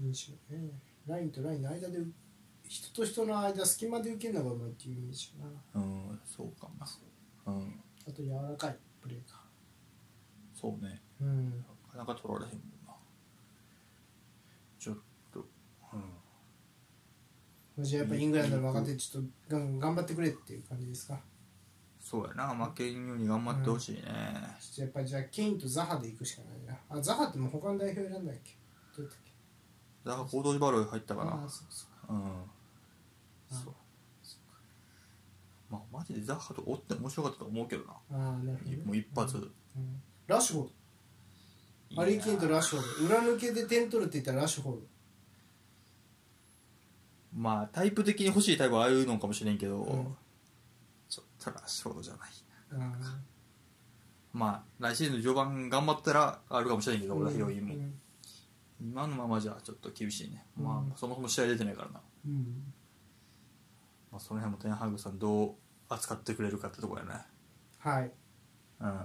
A: 印象ねラインとラインの間で人と人の間隙間で受けるのがうまいっていうイメージやな
B: うんそうかなうん
A: あと柔らかいプレーか
B: そうね
A: うん
B: なかなか取られへんもんなちょっとうん
A: じゃあやっぱイングランドの若手ちょっとガン頑張ってくれっていう感じですか
B: そうやな負けんように頑張ってほしいね、
A: じゃあやっぱりじゃあケインとザハで行くしかないなあザハってもう他の代表選んだっけどうやったっけ
B: だから行動バロー入ったか
A: ああ
B: ら
A: そうそう
B: うん
A: あ
B: そうまあマジでザッハと追って面白かったと思うけどな
A: ああなるほど、ね、
B: もう一発、
A: うんラッシュフォードハリー・ケインとラッシュフォード裏抜けで点取るって言ったらラッシュフォード
B: まあタイプ的に欲しいタイプはああいうのかもしれんけど、
A: うん
B: ちょっとラッシュフォードじゃない
A: ああ
B: まあ来シーズン序盤頑張ったらあるかもしれんけど、俺は
A: う
B: ヒ
A: ん
B: ロインも、
A: うん
B: 今のままじゃちょっと厳しいね、ま
A: うん
B: あそもそも試合出てないからな、
A: うん
B: まあ、その辺もテンハグさんどう扱ってくれるかってとこやね
A: はいっ
B: うん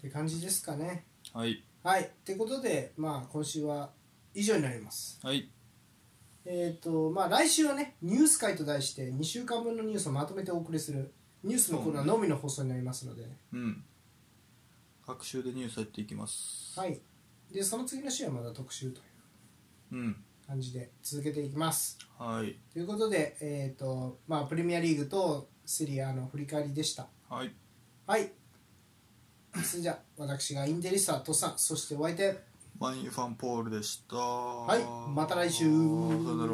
A: て感じですかね
B: はい
A: はいってことでまあ今週は以上になります
B: はい
A: えっ、とまあ来週はねニュース会と題して2週間分のニュースをまとめてお送りするニュースのコーナーのみの放送になりますので、
B: うん各週でニュースやっていきます
A: はいでその次の週はまだ特集という
B: うん
A: 感じで続けていきます
B: はい
A: ということでえっ、とまあプレミアリーグとセリアの振り返りでした
B: はい
A: はい それじゃあ私がインテリスタとさんそしてお相手
B: マインファンポールでした
A: いまた来週
B: さよなら